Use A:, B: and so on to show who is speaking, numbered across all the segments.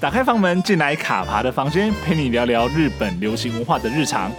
A: 打开房门，进来卡爬的房间，陪你聊聊日本流行文化的日常。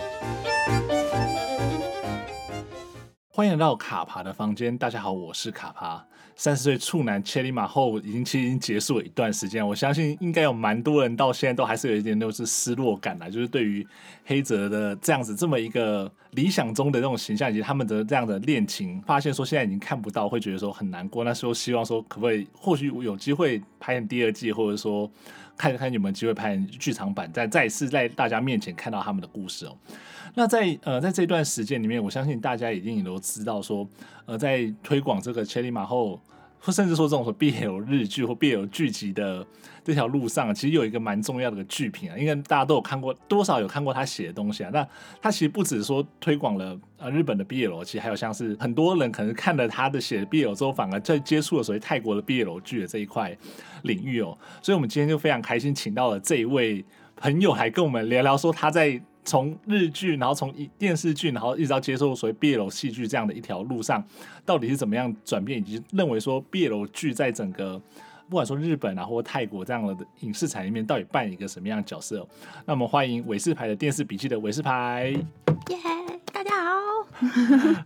A: 欢迎来到卡爬的房间，大家好，我是卡爬。三十岁处男千里马后，已经其实已经结束了一段时间，我相信应该有蛮多人到现在都还是有一点就是失落感啦，就是对于黑泽的这样子这么一个理想中的那种形象，以及他们的这样的恋情，发现说现在已经看不到，会觉得说很难过。那时候希望说可不可以，或许有机会拍第二季，或者说看看有没有机会拍剧场版，再再次在大家面前看到他们的故事哦、那在呃，在这段时间里面，我相信大家一定也都知道说，呃，在推广这个千里马后，或甚至说这种说 BL 日剧或 BL 剧集的这条路上，其实有一个蛮重要的一个剧评啊，应该大家都有看过，多少有看过他写的东西啊。那他其实不只说推广了呃日本的 BL，其实还有像是很多人可能看了他的写的 BL 之后，反而在接触了所谓泰国的 BL 剧的这一块领域哦。所以我们今天就非常开心，请到了这一位朋友来跟我们聊聊说他在。从日剧，然后从一电视剧，然后一直到接受所谓 BL 戏剧这样的一条路上，到底是怎么样转变，以及认为说 BL 剧在整个不管说日本啊或泰国这样的影视产业里面，到底扮演一个什么样的角色哦、那我们欢迎韦氏牌的电视笔记的韦氏 牌
B: 耶大家 好，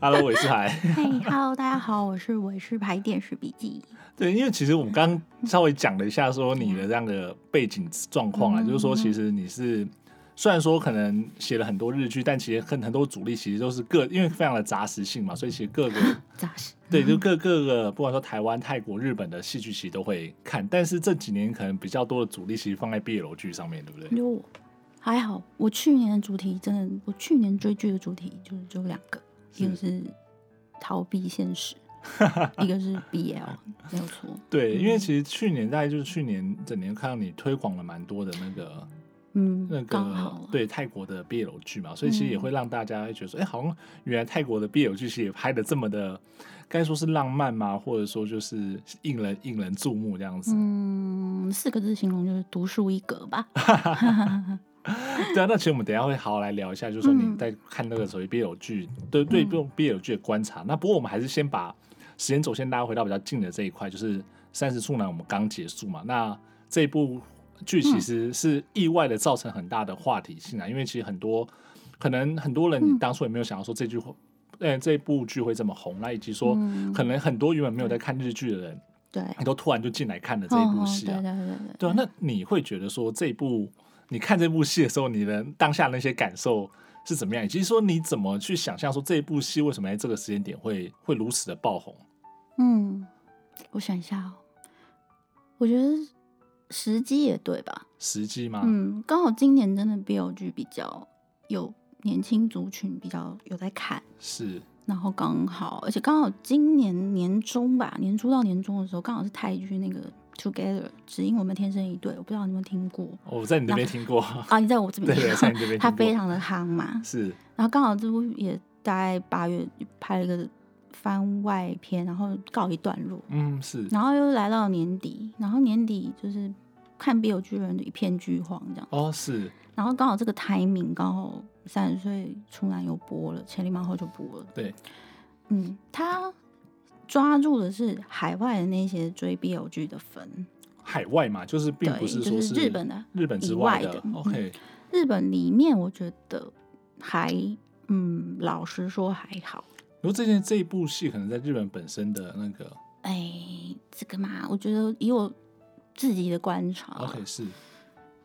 A: ，Hello 韦氏牌。
B: 嘿，Hello，大家好，我是韦氏牌电视笔记。
A: 对，因为其实我们刚刚稍微讲了一下，说你的这样的背景状况啊，
B: 嗯
A: 就是说其实你是虽然说可能写了很多日剧，但其实很很多主力其实都是各因为非常的杂食性嘛，所以其实 各个
B: 扎实，
A: 对，就各各个不管说台湾、泰国、日本的戏剧其实都会看，但是这几年可能比较多的主力其实放在 BL 剧上面，对不对？
B: 哟，还好，我去年的主题真的，我去年追剧的主题就是只有两个，
A: 是
B: 一个是逃避 现实，一个是 BL，没有错。
A: 对，因为
B: 嗯
A: 其实去年大概就是去年整年看到你推广了蛮多的那个
B: 嗯，
A: 那
B: 刚好
A: 个对泰国的 BL 剧嘛，所以其实也
B: 嗯
A: 会让大家觉得说，哎、好像原来泰国的 BL 剧其实也拍的这么的，该说是浪漫嘛，或者说就是引人引人注目这样子。
B: 嗯，四个字形容就是独树一格 吧。
A: 对啊，那其实我们等一下会好好来聊一下，就是说你
B: 嗯
A: 在看那个所谓 BL 剧，对对，这种 BL 剧的观察。那不过我们还是先把时间轴先拉回到比较近的这一块，就是《三十处男》我们刚结束嘛，那这部剧
B: 嗯
A: 其实是意外的造成很大的话题性啊，因为其实很多可能很多
B: 嗯
A: 人你当初也没有想到说这句话，呃，这部剧会这么红，那以及说
B: 嗯
A: 可能很多原本没有在看日剧的人，
B: 对，
A: 你都突然就进来看了这一部戏啊
B: 哦，对对对对。
A: 对啊，那你会觉得说这部你看这部戏的时候，你的当下那些感受是怎么样？以及说你怎么去想象说这部戏为什么在这个时间点会会如此的爆红？
B: 嗯，我想一下哦，我觉得时机也对吧？
A: 时机吗？
B: 嗯，刚好今年真的 BL 剧比较有年轻族群比较有在看，
A: 是
B: 然后刚好，而且刚好今年年中吧，年初到年中的时候，刚好是泰剧那个 Together，只因我们天生一对，我不知道你有没有听过
A: 哦我在你那边听过，
B: 啊？你在我这
A: 对
B: 边，
A: 对，在你这 边听过，
B: 它非常的夯 嘛。
A: 是
B: 然后刚好这部也大概八月拍了一个番外篇，然后告一段落，
A: 嗯是
B: 然后又来到年底，然后年底就是看 BL 剧的人一片剧荒这样。
A: 哦是
B: 然后刚好这个 timing 刚好三十岁出来又播了，千里马后就播了。
A: 对
B: 嗯，他抓住的是海外的那些追 BL 剧的粉，
A: 海外嘛，就是并不
B: 对，
A: 是
B: 就
A: 说
B: 是日本的。
A: 日本之
B: 以
A: 外
B: 外
A: 的
B: 的嗯
A: OK
B: 日本里面我觉得还嗯，老实说还好。
A: 如果这件这一部戏可能在日本本身的那个
B: 哎，这个嘛，我觉得以我自己的观察
A: OK 是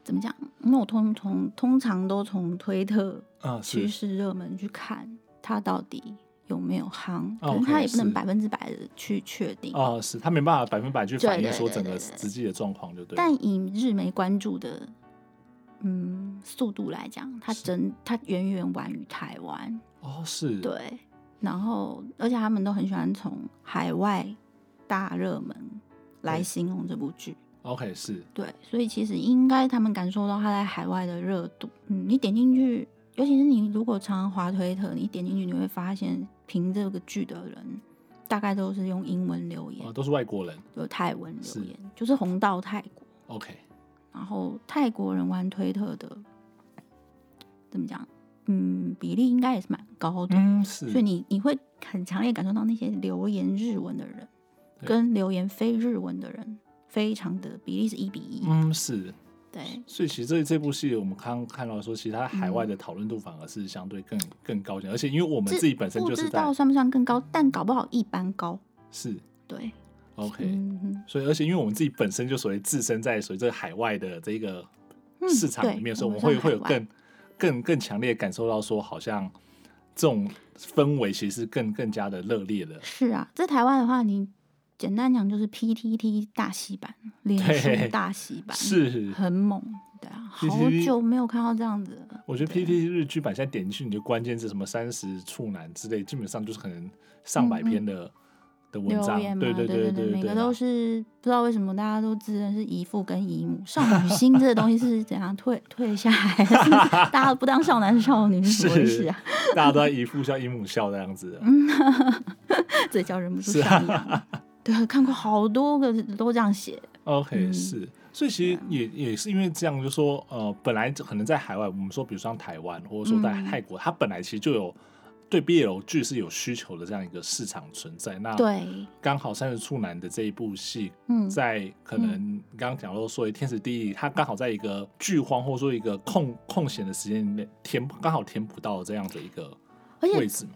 B: 怎么讲？因为我通从通常都从推特
A: 啊
B: 趋
A: 是
B: 势热门去看它到底有没有夯，可
A: OK，
B: 能它也不
A: 是
B: 能百分之百的去确定。
A: 啊是，他没办法百分百去
B: 对
A: 反映
B: 对
A: 说
B: 对
A: 整个
B: 对对
A: 实际的状况，就对了。
B: 但以日媒关注的嗯速度来讲，它
A: 是
B: 真它远远晚于台湾，
A: 哦，是，
B: 对。然后，而且他们都很喜欢从海外大热门来
A: 对
B: 形容这部剧，
A: ，OK，是，
B: 对，所以其实应该他们感受到它在海外的热度。嗯，你点进去，尤其是你如果常常滑推特，你点进去你会发现，评这个剧的人大概都是用英文留言
A: 哦，，都是外国人
B: 有泰文
A: 是
B: 留言，就是红到泰国。
A: ，OK，
B: 然后泰国人玩推特的，怎么讲？嗯，比例应该也是蛮高的，
A: 嗯，是，
B: 所以你你会很强烈感受到那些留言日文的人
A: 对
B: 跟留言非日文的人非常的比例是一比一、
A: 嗯，是，
B: 对，
A: 所以其实这这部戏我们刚看到说，其实它海外的讨论度反而是相对更更高一点，而且因为我们
B: 嗯这
A: 自己本身
B: 不
A: 就是
B: 知
A: 在
B: 道算不算更高，但搞不好一般高。
A: 是
B: 对
A: OK，、
B: 嗯哼，
A: 所以而且因为我们自己本身就所谓置身在所谓这个海外的这个
B: 嗯
A: 市场里面，
B: 对
A: 所以我们
B: 我
A: 会
B: 们算
A: 会有
B: 海外
A: 更更更强烈地感受到说，好像这种氛围其实是更更加的热烈的。
B: 是啊，在台湾的话，你简单讲就是 PTT 大洗版，脸
A: 对
B: 书大洗版，
A: 是，
B: 很猛。对啊，好
A: PTT
B: 久没有看到这样子了。
A: 我觉得 PPT 日剧版现在点进去，你就关键字什么三十处男之类，基本上就是可能上百篇的、的文
B: 嗯留
A: 章
B: 言，嘛，
A: 对
B: 对
A: 对对
B: 对，
A: 对
B: 每个
A: 对
B: 都
A: 啊，
B: 是不知道为什么大家都自认是姨父跟姨母，少女心这个东西是怎样退退下来，是不是大家不当少男少女是怎么回事啊？
A: 大家都在姨父笑姨母笑那样子的。
B: 嗯 嘴角忍不住
A: 是
B: 上扬。啊对，看过好多个都这样写，
A: OK，、
B: 嗯啊
A: 是，所以其实也也是因为这样，就说呃，本来可能在海外，我们说比如说像台湾，或者说在
B: 嗯
A: 泰国，它本来其实就有对 BL 剧是有需求的这样一个市场存在。那
B: 对，
A: 刚好《三十处男》的这一部戏，
B: 嗯，
A: 在可能刚刚讲到说天时地利，它刚好在一个剧荒或者说一个空空闲的时间里面填刚好填补到这样的一个
B: 而且
A: 位置嘛。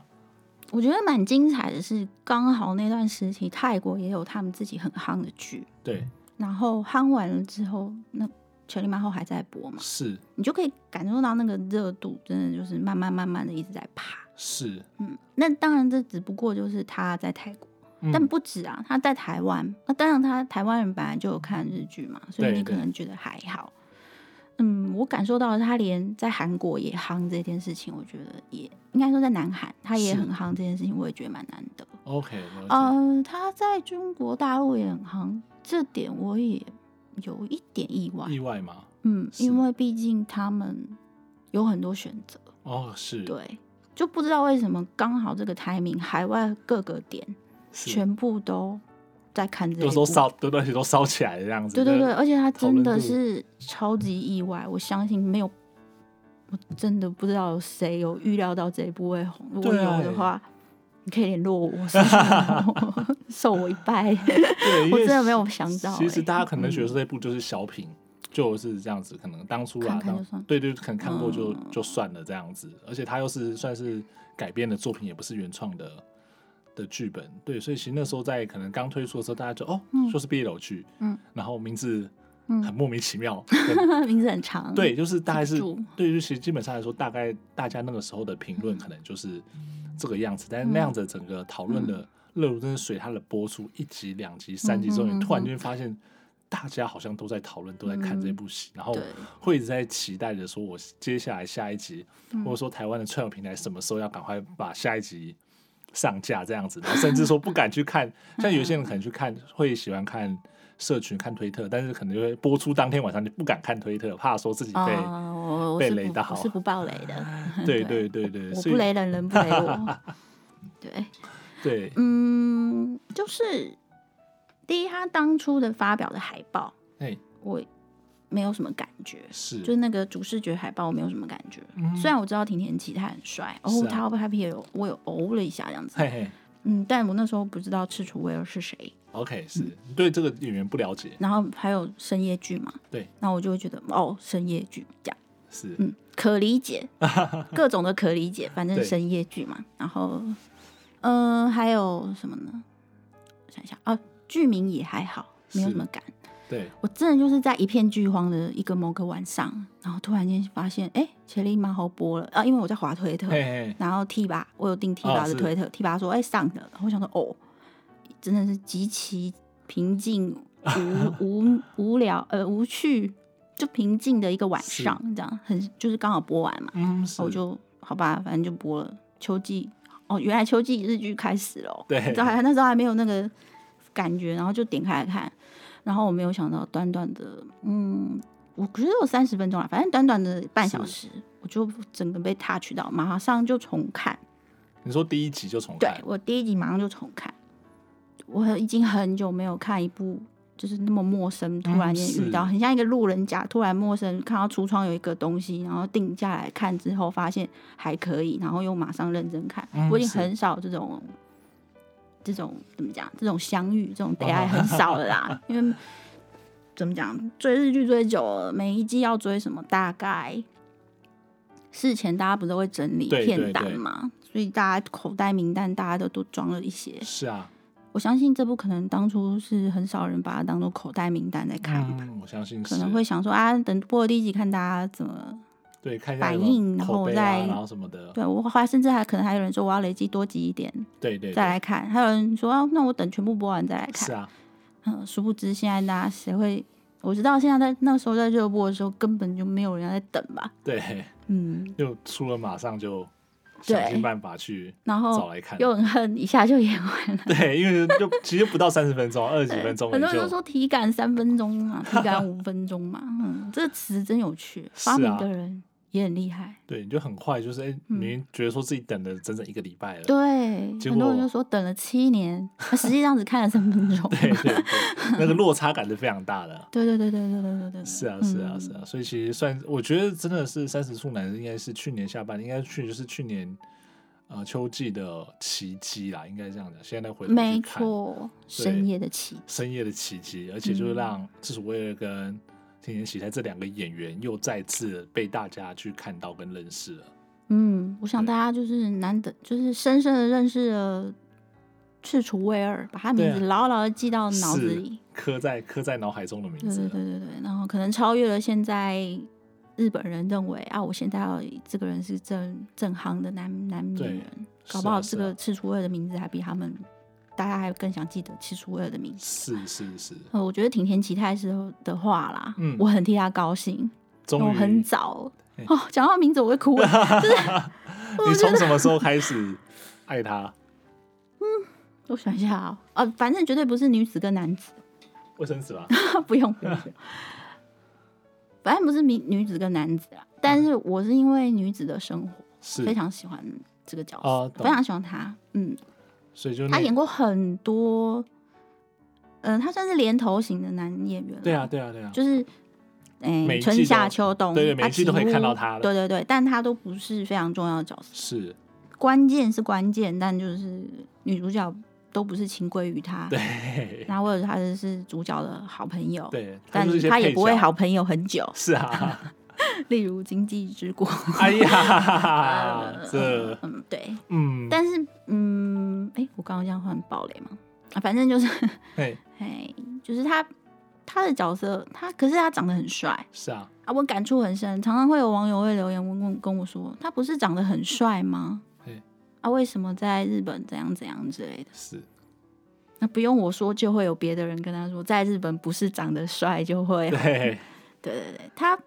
B: 我觉得蛮精彩的是，刚好那段时期泰国也有他们自己很夯的剧，
A: 对，
B: 然后夯完了之后，那《权力漫后》还在播嘛，
A: 是
B: 你就可以感受到那个热度，真的就是慢慢慢慢的一直在爬。
A: 是，
B: 嗯，那当然这只不过就是他在泰国，
A: 嗯
B: 但不止啊，他在台湾。那当然他台湾人本来就有看日剧嘛，所以
A: 对
B: 你可
A: 对
B: 能觉得还好。嗯，我感受到他连在韩国也夯这件事情，我觉得也应该说在南韩他也
A: 是
B: 很夯这件事情，我也觉得蛮难得。
A: OK，了解
B: 呃，他在中国大陆也很夯，这点我也有一点意外。
A: 意外吗？
B: 嗯，
A: 是
B: 因为毕竟他们有很多选择，
A: 哦，是，
B: 对，就不知道为什么刚好这个 timing，海外各个点
A: 是
B: 全部都在看这一
A: 都
B: 部
A: 都烧，都东西都烧起来的样子。
B: 对对对，而且他
A: 讨
B: 真
A: 论
B: 的
A: 度
B: 是超级意外，我相信没有，我真的不知道有谁有预料到这一部会红。如果
A: 对
B: 有的话，你可以联络我，私信我 受我一拜。
A: 对，因
B: 我
A: 为
B: 真的没有想到
A: 其实
B: 欸
A: 大家可能觉得说这部就是小品，就是这样子，可能当初啊
B: 看，看就
A: 当
B: 算
A: 对对，可能看过就、
B: 嗯
A: 就算了这样子。而且它又是算是改编的作品，也不是原创的的剧本。对，所以其实那时候在可能刚推出的时候，大家就哦，就是 BL 剧，
B: 嗯，
A: 然后名字
B: 嗯
A: 很莫名其妙， 很
B: 名字很长，
A: 对，，就是大概是
B: 记不住
A: 对，就其实基本上来说，大概大家那个时候的评论可能就是这个样子，但是那样
B: 嗯
A: 子整个讨论的热度，真是随它的播出一集、两集、三集之后，
B: 嗯哼
A: 你突然
B: 嗯哼嗯
A: 间发现大家好像都在讨论、都在看这部戏，然后
B: 对
A: 会一直在期待着说，我接下来下一集，
B: 嗯
A: 或者说台湾的串流平台什么时候要赶快把下一集。上架这样子，然后甚至说不敢去 看，像有些人可能去看，会喜欢看社群、看推特，但是可能就会播出当天晚上就不敢看推特，怕说自己
B: 啊、
A: 被
B: 我我
A: 被
B: 是
A: 雷
B: 不
A: 到
B: 我是不爆雷的，
A: 对
B: 对
A: 对对对，
B: 我
A: 所以
B: 不雷人，人不 雷我。对，
A: 对，
B: 嗯，就是第一，他当初的发表的海报，
A: 哎，
B: 我没有什么感觉，
A: 是，
B: 就是那个主视觉海报，我没有什么感觉。
A: 嗯
B: 虽然我知道挺田启他很帅，哦
A: 是，啊
B: 他 Happy Happy 也有我有哦了一下这样子，
A: 嘿嘿
B: 嗯，但我那时候不知道赤楚威尔是谁，
A: ，OK，是
B: 嗯
A: 你对这个演员不了解，
B: 然后还有深夜剧嘛，
A: 对，
B: 那我就会觉得哦，深夜剧这样。
A: 是
B: 嗯，可理 解，各种的可理解，反正
A: 对
B: 深夜剧嘛。然后，呃，还有什么呢？我想一下，哦，剧名也还好，没有
A: 是
B: 什么感。
A: 对，
B: 我真的就是在一片剧荒的一个某个晚上，然后突然间发现，哎、潜力蛮好播了啊！因为我在滑推特，
A: 嘿嘿，
B: 然后 T 吧，我有订 T
A: 啊
B: 吧的
A: 是
B: 推特、t 吧说，哎、上的，然后我想说，哦，真的是极其平静、无无无聊，呃，无趣，就平静的一个晚
A: 是
B: 上，这样很就是刚好播完嘛，
A: 嗯，是，
B: 哦我就好吧，反正就播了秋季。哦，原来秋季日剧开始了哦、
A: 对
B: 你知道还那时候还没有那个感觉，然后就点开来看，然后我没有想到短短的，嗯，我觉得有三十分钟啊了，反正短短的半小时，我就整个被 touch 到，马上就重看。
A: 你说第一集就重
B: 对
A: 看，
B: 我第一集马上就重看，我已经很久没有看一部就是那么陌生，突然间遇到，
A: 嗯是
B: 很像一个路人甲，突然陌生看到橱窗有一个东西，然后定下来看之后，发现还可以，然后又马上认真看。
A: 嗯
B: 我已经
A: 是
B: 很少这种。 这种怎么讲？这种相遇、这种恋爱很少了啦，因为怎么讲，追日剧追久了，每一季要追什么，大概事前大家不都会整理
A: 对
B: 片
A: 对
B: 单
A: 对
B: 嘛，所以大家口袋名单大家都都装了一些。
A: 是啊，
B: 我相信这部可能当初是很少人把它当做口袋名单在看吧，
A: 嗯，我相信是
B: 可能会想说啊，等播了第一集看大家怎么。
A: 对看一下
B: 反
A: 有没有
B: 应然
A: 口
B: 后
A: 碑
B: 再
A: 啊，然后什么的，
B: 对我还甚至还可能还有人说我要累积多集一点
A: 对对
B: 再
A: 对，
B: 来看，还有人说啊，那我等全部播完再来看
A: 是。啊，
B: 嗯，殊不知现在大家谁会？我知道现在在那时候在热播的时候，根本就没有人在等吧。
A: 对，
B: 嗯，
A: 又出了马上就
B: 对
A: 想尽办法去
B: 然
A: 找
B: 后
A: 来看，
B: 又很恨一下就演完了。
A: 对，因为就其实不到三十分钟，二十几
B: 对
A: 分钟
B: 很
A: 也
B: 多人
A: 就
B: 都说体感三分钟嘛，体感五分钟嘛。嗯，这个词真有趣，
A: 是啊
B: 发明的人也很厉害。
A: 对，你就很快就是哎、
B: 嗯
A: 你觉得说自己等了整整一个礼拜了，
B: 对，
A: 结
B: 很多人
A: 果
B: 就说等了七年，实际上只看了三分钟。
A: 对对对，那个落差感是非常大的。
B: 对对对对对对对对对，
A: 是啊，是啊，
B: 嗯
A: 是啊，所以其实算，我觉得真的是三十处男，应该是去年下半年，应该去就是去年呃秋季的奇迹啦，应该这样讲。现在回头去
B: 没
A: 看，
B: 错，
A: 对
B: 深夜的奇
A: 深夜的奇迹，而且就是让
B: 嗯
A: 赤楚卫二跟天野喜太这两个演员又再次被大家去看到跟认识了。
B: 嗯，我想
A: 对
B: 大家就是难得，就是深深的认识了赤楚卫二，把他名
A: 对
B: 字
A: 啊
B: 牢牢的记到哦脑子
A: 是
B: 里。
A: 刻在刻在脑海中的名
B: 对
A: 字
B: 对
A: 了。
B: 对对对，然后可能超越了现在日本人认为啊，我现在要以这个人是正正行的男男
A: 对
B: 演员，搞
A: 是
B: 不
A: 啊
B: 好
A: 是
B: 这个
A: 啊
B: 赤楚卫二的名字还比他们大家还更想记得赤楚卫二的名字。
A: 是是是，
B: 呃，我觉得挺田启泰时候的话啦，
A: 嗯
B: 我很替他高兴，因为
A: 终
B: 我
A: 于 哎
B: 很早
A: 嘿
B: 哦，讲到名字我会哭欸，
A: 你从什么时候开始爱他？
B: 我想一下啊、哦，反正绝对不是女子跟男子，
A: 卫生纸吧，
B: 不用 不用，不用反正不是女女子跟男子啊。但是我是因为女子的生活
A: 是
B: 非，常喜欢这个角色，
A: 哦
B: 我
A: 懂
B: 非常喜欢她。嗯，
A: 所以就那
B: 她演过很多，嗯、她算是连头型的男演员。
A: 对啊，，对啊，对啊，
B: 就是。哎、
A: 每一季
B: 春夏
A: 都
B: 秋冬，
A: 对对每一
B: 啊
A: 季都可以
B: 几乎
A: 看到她的
B: 对对对，但她都不是非常重要的角色，
A: 是，
B: 关键是关键，但就是女主角都不是情归于她。
A: 对
B: 然后或者他就是主角的好朋友，
A: 对，
B: 但
A: 就是一些
B: 他也
A: 配
B: 不会
A: 角。
B: 好。朋友很久
A: 是啊，
B: 例如《经济之国》
A: 哎呀
B: 呃，
A: 啊这
B: 嗯，对，
A: 嗯，
B: 但是嗯，哎、我刚刚这样换暴雷嘛，啊，反正就是，
A: 嘿，
B: 哎，就是他他的角色，他可是他长得很帅
A: 是啊，
B: 啊，我感触很深，常常会有网友会留言问问跟我说，他不是长得很帅吗
A: 嘿？
B: 啊，为什么在日本怎样怎样之类的？
A: 是
B: 那不用我说，就会有别的人跟他说，在日本不是长得帅 就会
A: 对，
B: 对对对，他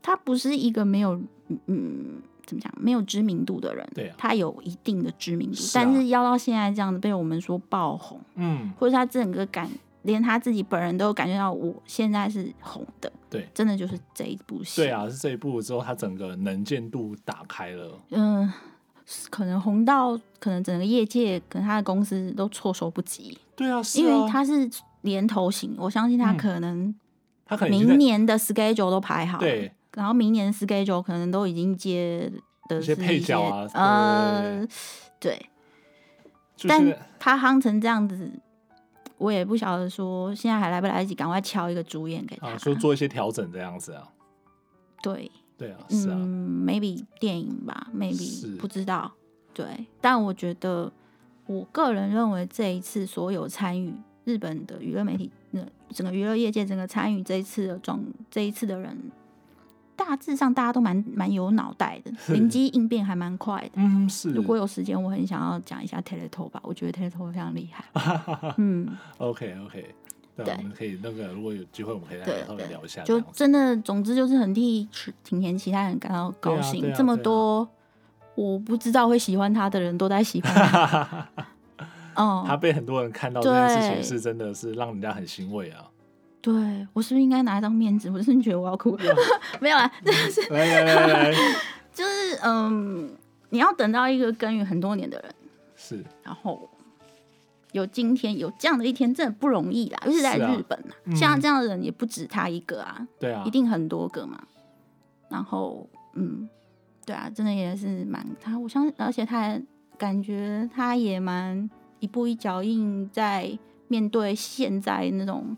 B: 他不是一个没有嗯嗯怎么讲没有知名度的人，
A: 对啊
B: 他有一定的知名度，
A: 是啊
B: 但是要到现在这样子被我们说爆红，
A: 嗯，
B: 或者他整个感连他自己本人都感觉到我现在是红的，
A: 对，
B: 真的就是这一部戏，
A: 对，啊，是这一部之后，他整个能见度打开了，
B: 嗯、可能红到可能整个业界，可能他的公司都措手不及，
A: 对啊，是
B: 因为
A: 啊，
B: 他是连头型，我相信他
A: 嗯
B: 可能
A: 他可能已经在
B: 明年的 schedule 都排好了，
A: 对
B: 然后明年 schedule 可能都已经接的
A: 一
B: 是
A: 些
B: 一
A: 配角啊
B: 些呃，对，
A: 就
B: 但
A: 是
B: 他夯成这样子，我也不晓得说现在还来不来得及，赶快敲一个主演给他。
A: 啊，说做一些调整这样子啊，
B: 对，
A: 对啊，是啊，
B: 嗯，maybe 电影吧
A: 是
B: ，maybe 不知道，对，但我觉得我个人认为这一次所有参与日本的娱乐媒体，那整个娱乐业界整个参与这一次的状，这一次的人。大致上大家都蛮蛮有脑袋 的，灵机应变还蛮快的。
A: 嗯，是，
B: 如果有时间，我很想要讲一下 Teleto 吧，我觉得 Teleto 非常厉害。 嗯，
A: OK OK，对啊，
B: 对
A: 我们可以那个，如果有机会，我们可以
B: 对
A: 来稍微
B: 对
A: 聊一下这
B: 就
A: 样子。
B: 真的，总之就是很替挺田其他人感到高兴。
A: 对啊对啊
B: 这么多我不知道会喜欢他的人都在喜 欢他，
A: 他
B: 嗯，
A: 被很多人看到这件事情，
B: 对
A: 是真的是让人家很欣慰 啊！
B: 对我是不是应该拿一张面纸？我真的觉得我要哭，
A: 啊
B: 没有啦，
A: 来来来来来，
B: 就是嗯，你要等到一个耕耘很多年的人，
A: 是，
B: 然后有今天有这样的一天，真的不容易啦，尤其在
A: 是啊
B: 日本啊，
A: 嗯
B: 像这样的人也不止他一个啊。
A: 对啊
B: 一，定很多个嘛。然后，嗯，对啊，真的也是蛮他，我相信，而且他还感觉他也蛮一步一脚印在面对现在那种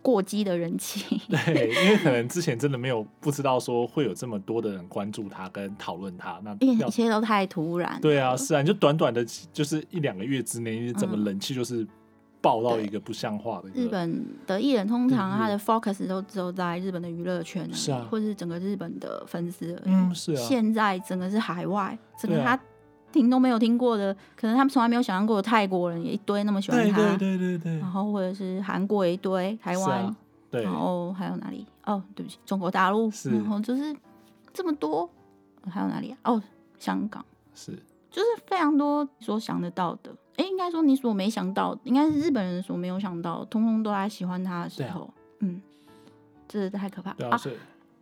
B: 过激的人气。
A: 对，因为可能之前真的没有不知道说会有这么多的人关注他跟讨论他，那
B: 因为
A: 要
B: 一切都太突然。
A: 对啊，，是啊，你就短短的几，就是一两个月之内，你整个人气就是爆到一个不像话的一个。
B: 嗯日本的艺人通常他
A: 日
B: 的 focus 都只有在日本的娱乐圈而已，
A: 是啊
B: 或者是整个日本的粉丝而已。
A: 嗯，是啊，
B: 现在整个是海外，整
A: 对
B: 个
A: 啊
B: 他听都没有听过的，可能他们从来没有想象过的泰国人也一堆那么喜欢哦
A: 对
B: 他，
A: 对对对对，
B: 然后或者是韩国也一堆，台
A: 嗯是
B: 湾，
A: 啊，对
B: 然后还有哪里？哦，对不起，中国大陆，
A: 是
B: 然后就是这么多，还有哪里啊？哦，香港，
A: 是，
B: 就是非常多所想得到的。哎，应该说你所没想到，应该是日本人所没有想到，通通都在喜欢他的时候，嗯，这太可怕
A: 啊对
B: 啊
A: 啊，所以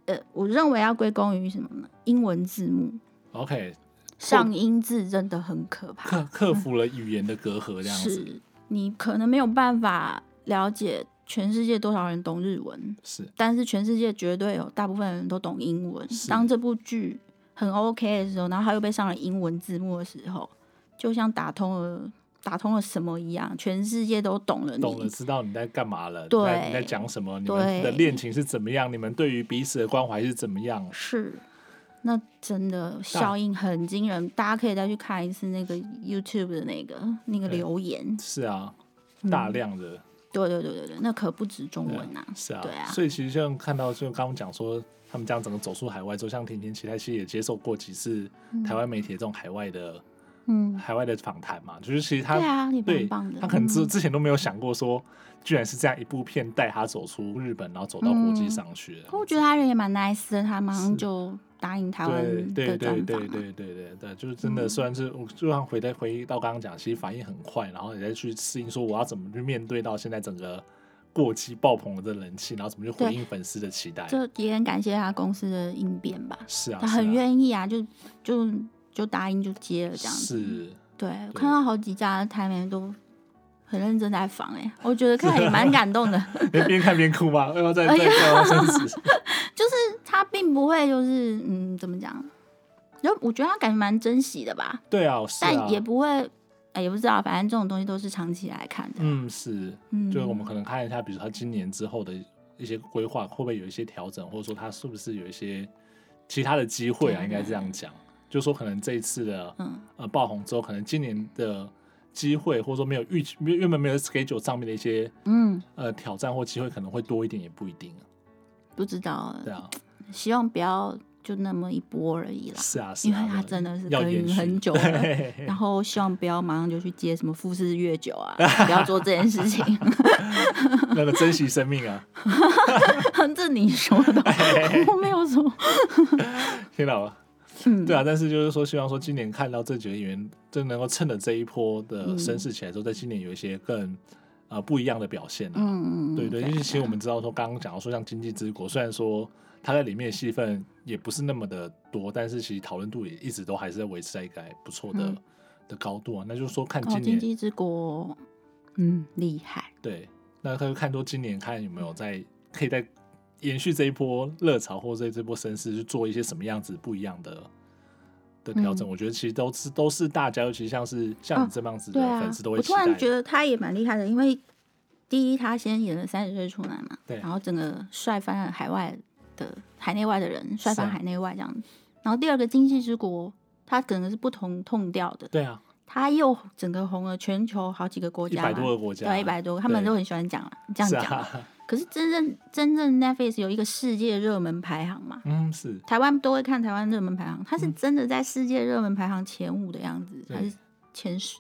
B: 呃，我认为要归功于什么呢？英文字幕。
A: OK
B: 上音字真的很可怕，
A: 克克服了语言的隔阂，这样子
B: 是你可能没有办法了解全世界多少人懂日文，
A: 是
B: 但是全世界绝对有大部分人都懂英文
A: 是。
B: 当这部剧很 OK 的时候，然后它又被上了英文字幕的时候，就像打通了打通了什么一样，全世界都懂了
A: 懂了，
B: 你。
A: 知道你在干嘛了，
B: 对
A: 你在你在讲什么，你们
B: 对
A: 的恋情是怎么样，你们对于彼此的关怀是怎么样，
B: 是，那真的效应很惊人，大家可以再去看一次那个 YouTube 的那个那个
A: 对
B: 留言。
A: 是啊，
B: 嗯
A: 大量的。
B: 对对对对对，那可不止中
A: 对
B: 文呐、
A: 是啊，
B: 对啊
A: 所以其实像看到，就刚刚讲说，他们这样整个走出海外之后，像甜甜其他其实也接受过几次台湾媒体的这种海外的、
B: 嗯，
A: 海外的访谈嘛，就是其实他
B: 对啊，也
A: 对
B: 蛮棒的。
A: 他可能之
B: 嗯
A: 之前都没有想过说，居然是这样一部片带他走出日本，然后走到国际上去的。
B: 嗯我觉得他人也蛮 nice 的，他马
A: 是
B: 上就答应台
A: 对
B: 湾
A: 对
B: 的
A: 对
B: 专
A: 对
B: 访啊。
A: 对对对对，就是真的，
B: 嗯
A: 虽然是我就像回到回到刚刚讲，其实反应很快，然后也在去适应说我要怎么去面对到现在整个过期爆棚的这人气，然后怎么去回
B: 对
A: 应粉丝的期待。
B: 这也很感谢他公司的应变吧，
A: 是啊，
B: 他
A: 是
B: 很
A: 啊
B: 愿意啊，就就就答应就接了这样子。
A: 是，
B: 对，我看到好几家台媒都很认真在访哎、我觉得看也蛮感动的。
A: 你边看边哭吗？要不要再再再往生死？
B: 他并不会就是嗯怎么讲，就我觉得他感觉蛮珍惜的吧，
A: 对啊，是啊
B: 但，也不会。哎也不知道，反正这种东西都是长期来看的。
A: 嗯，是，
B: 嗯，
A: 就是我们可能看一下，比如说他今年之后的一些规划，会不会有一些调整，或者说他是不是有一些其他的机会啊？
B: 对
A: 应该这样讲，就说可能这一次的
B: 嗯
A: 呃爆红之后，可能今年的机会，或者说没有预期，没有原本没有 schedule 上面的一些
B: 嗯，
A: 呃挑战或机会，可能会多一点，也不一定啊。
B: 不知道，
A: 对啊，
B: 希望不要就那么一波而已啦，
A: 是啊，是
B: 因
A: 啊，
B: 为
A: 对
B: 它真的是
A: 要
B: 耕
A: 延
B: 耘
A: 续
B: 很久了。
A: 对
B: 然后希望不要马上就去接什么富士月酒 啊，不要做这件事情，
A: 那个珍惜生命啊。
B: 这你说的， 我没 有说。
A: 听到了。
B: 嗯
A: 对啊，但是就是说，希望说今年看到这几个演员，真能够趁着这一波的
B: 嗯
A: 声势起来之后，在今年有一些更呃不一样的表现啊。
B: 嗯嗯，
A: 对对，因为其实我们知道说，刚刚讲到说像《经济之国》，虽然说他在里面的戏份也不是那么的多，但是其实讨论度也一直都还是在维持在一个还不错的、
B: 嗯
A: 的高度啊。那就是说，看
B: 哦，
A: 今
B: 经
A: 年、
B: 济之国，嗯，厉害，
A: 对，那他就看说今年看有没有在可以在延续这一波热潮或者这这波声势去做一些什么样子不一样的的调
B: 嗯
A: 整。我觉得其实都是都是大家，尤其像是像你
B: 哦
A: 这样子
B: 对
A: 的
B: 啊
A: 粉丝，都
B: 我
A: 会期
B: 突
A: 待。
B: 然觉得他也蛮厉害的，因为第一他先演了三十岁出来嘛，
A: 对
B: 然后整个帅翻了海外的海内外的人，帅翻
A: 是啊
B: 海内外这样子。然后第二个经济之国，他整个是不同痛调的，
A: 对啊，
B: 他又整个红了全球好几个国
A: 一
B: 家嘛，
A: 百多个国家，
B: 对，一百多个，他们
A: 对
B: 都很喜欢讲啊，这样
A: 是
B: 讲啊。
A: 啊，
B: 可是真正真正 Netflix 有一个世界热门排行嘛，
A: 嗯，是
B: 台湾都会看台湾热门排行，它是真的在世界热门排行前五的样子，
A: 嗯对
B: 还是前十？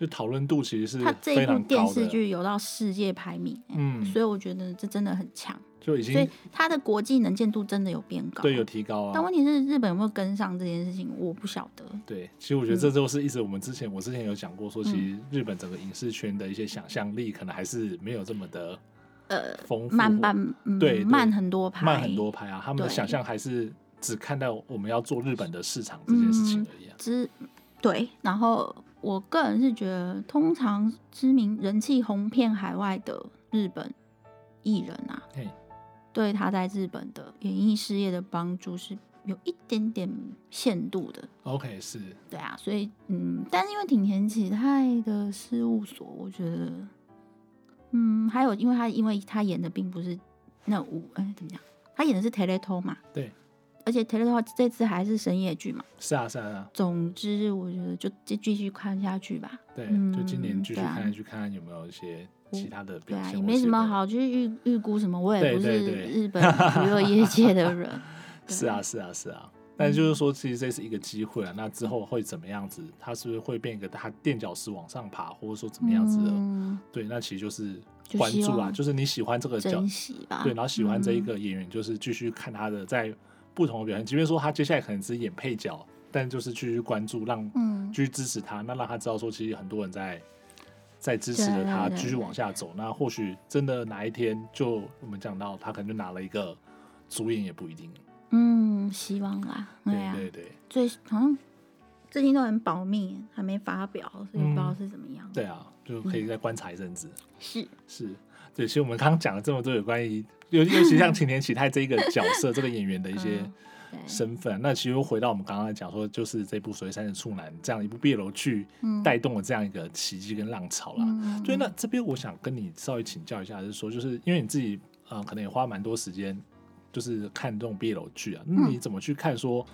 A: 就讨论度其实是
B: 它这一
A: 非
B: 部
A: 常
B: 电
A: 高
B: 视
A: 的，
B: 剧有到世界排名、欸
A: 嗯，
B: 所以我觉得这真的很强，
A: 就已
B: 所以
A: 经
B: 它的国际能见度真的有变高。
A: 对有提高
B: 但
A: 啊。
B: 问题是日本有没有跟上这件事情，我不晓得。
A: 对，其实我觉得
B: 嗯
A: 这就是一直我们之前我之前有讲过，说其实日本整个影视圈的一些想象力可能还是没有这么的
B: 呃，
A: 丰富，
B: 慢慢嗯
A: 对对
B: 慢很多拍，
A: 慢很多拍啊，他们的
B: 对
A: 想象还是只看到我们要做日本的市场这件事情而已、啊。
B: 知对。然后我个人是觉得，通常知名人气红遍海外的日本艺人啊，
A: 嘿，
B: 对他在日本的演艺事业的帮助是有一点点限度的。
A: OK，是
B: 对啊，所以嗯，但是因为挺田启泰的事务所，我觉得嗯，还有因为他因为他演的并不是那五哎怎么讲，他演的是 Teleto 嘛，
A: 对，
B: 而且 Teleto 这次还是深夜剧嘛。
A: 是啊，是啊，是啊
B: 总之，我觉得就继继续看下去吧。
A: 对，
B: 嗯
A: 就今年继续
B: 对啊
A: 看下去，看看有没有一些其他的
B: 对
A: 表
B: 啊，
A: 现。
B: 也
A: 或
B: 没
A: 是
B: 什
A: 有
B: 么
A: 有。
B: 好去预预估什么，我也
A: 对
B: 不
A: 对
B: 是
A: 对。
B: 日本娱乐业界的人
A: 是啊，是啊，是啊。但就是说，其实这是一个机会啊。那之后会怎么样子？它是不是会变一个它垫脚石往上爬，或者说怎
B: 对，
A: 么样子的？
B: 嗯，
A: 对，那其实就是
B: 就
A: 关
B: 希
A: 注啊，
B: 望
A: 就是你喜欢这个角
B: 珍，惜吧。
A: 对，然后喜欢这一
B: 嗯
A: 个演员，就是继续看他的在不同的表现，即便说他接下来可能只是演配角，但就是继续关注，让
B: 嗯
A: 继续支持他，那让他知道说，其实很多人在在支持着他
B: 对对对
A: 继续往下走。那或许真的哪一天就我们讲到，他可能就拿了一个主演也不一定。
B: 嗯，希望啦。对
A: 对
B: 啊，
A: 对对
B: 最好像最近都很保密，还没发表，所以不知道
A: 嗯
B: 是怎么样。
A: 对啊，就可以
B: 嗯
A: 再观察一阵子。
B: 是，
A: 是，对，其实我们刚刚讲了这么多有关于，尤尤其像 晴田启太这一个角色，这个演员的一些
B: 嗯对，
A: 身份。那其实又回到我们刚刚讲说，就是这部所谓《三十处男》这样一部 BL 剧
B: 嗯
A: 带动了这样一个奇迹跟浪潮啦。
B: 嗯
A: 对，那这边我想跟你稍微请教一下，就是说，就是因为你自己呃，可能也花蛮多时间，就是看这种 BL 剧啊，那你怎么去看说？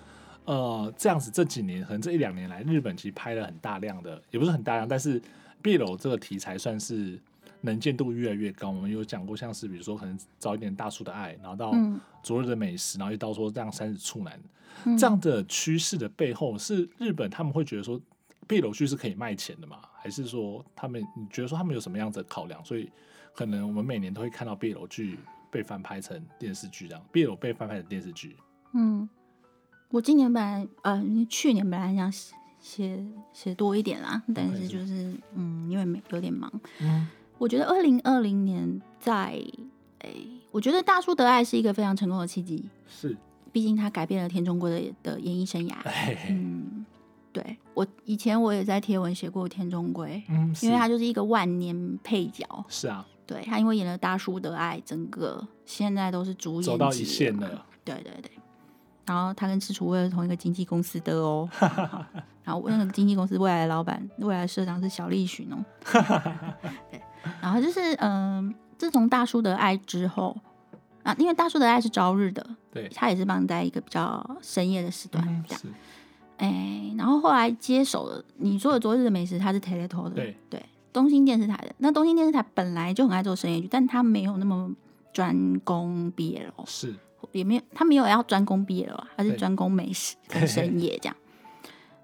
A: 呃，这样子这几年，可能这一两年来，日本其实拍了很大量的，也不是很大量，但是 BL 这个题材算是能见度越来越高。我们有讲过，像是比如说可能早一点《大叔的爱》，然后到《
B: 嗯
A: 昨日的美食》，然后又到说这样三十处男，
B: 嗯
A: 这样的趋势的背后，是日本他们会觉得说 BL 剧是可以卖钱的吗？还是说他们你觉得说他们有什么样子的考量？所以可能我们每年都会看到 BL 剧被翻拍成电视剧这样，BL 被翻拍成电视剧。
B: 嗯，我今年本来呃，去年本来想写写写多一点啦，但是就是嗯，因为没有点忙。
A: 嗯，
B: 我觉得二零二零年在诶、我觉得《大叔的爱》是一个非常成功的契机，
A: 是，
B: 毕竟它改变了田中圭的的演艺生涯。
A: 嘿嘿
B: 嗯，对我以前我也在贴文写过田中圭，
A: 嗯，
B: 因
A: 是
B: 为他就是一个万年配角，
A: 是啊，
B: 对他因为演了《大叔的爱》，整个现在都是主演
A: 走到
B: 级
A: 一线
B: 嘛
A: 了。
B: 对对对，然后他跟赤楚卫是同一个经纪公司的 哦。然后那个经纪公司未来的老板、未来的社长是小栗旬 哦。对，然后就是嗯、自从《大叔的爱》之后啊，因为《大叔的爱》是朝日的，
A: 对，
B: 他也是帮在一个比较深夜的时段
A: 嗯
B: 这样。
A: 是，
B: 哎、然后后来接手了你说的《昨日的美食》，它是 Teleto 的，
A: 对
B: 东兴电视台的。那东兴电视台本来就很爱做深夜剧，但它没有那么专攻 BL，
A: 是，
B: 也没有它没有要专攻 BL 啊，它是
A: 对
B: 专攻 美食跟深夜这样。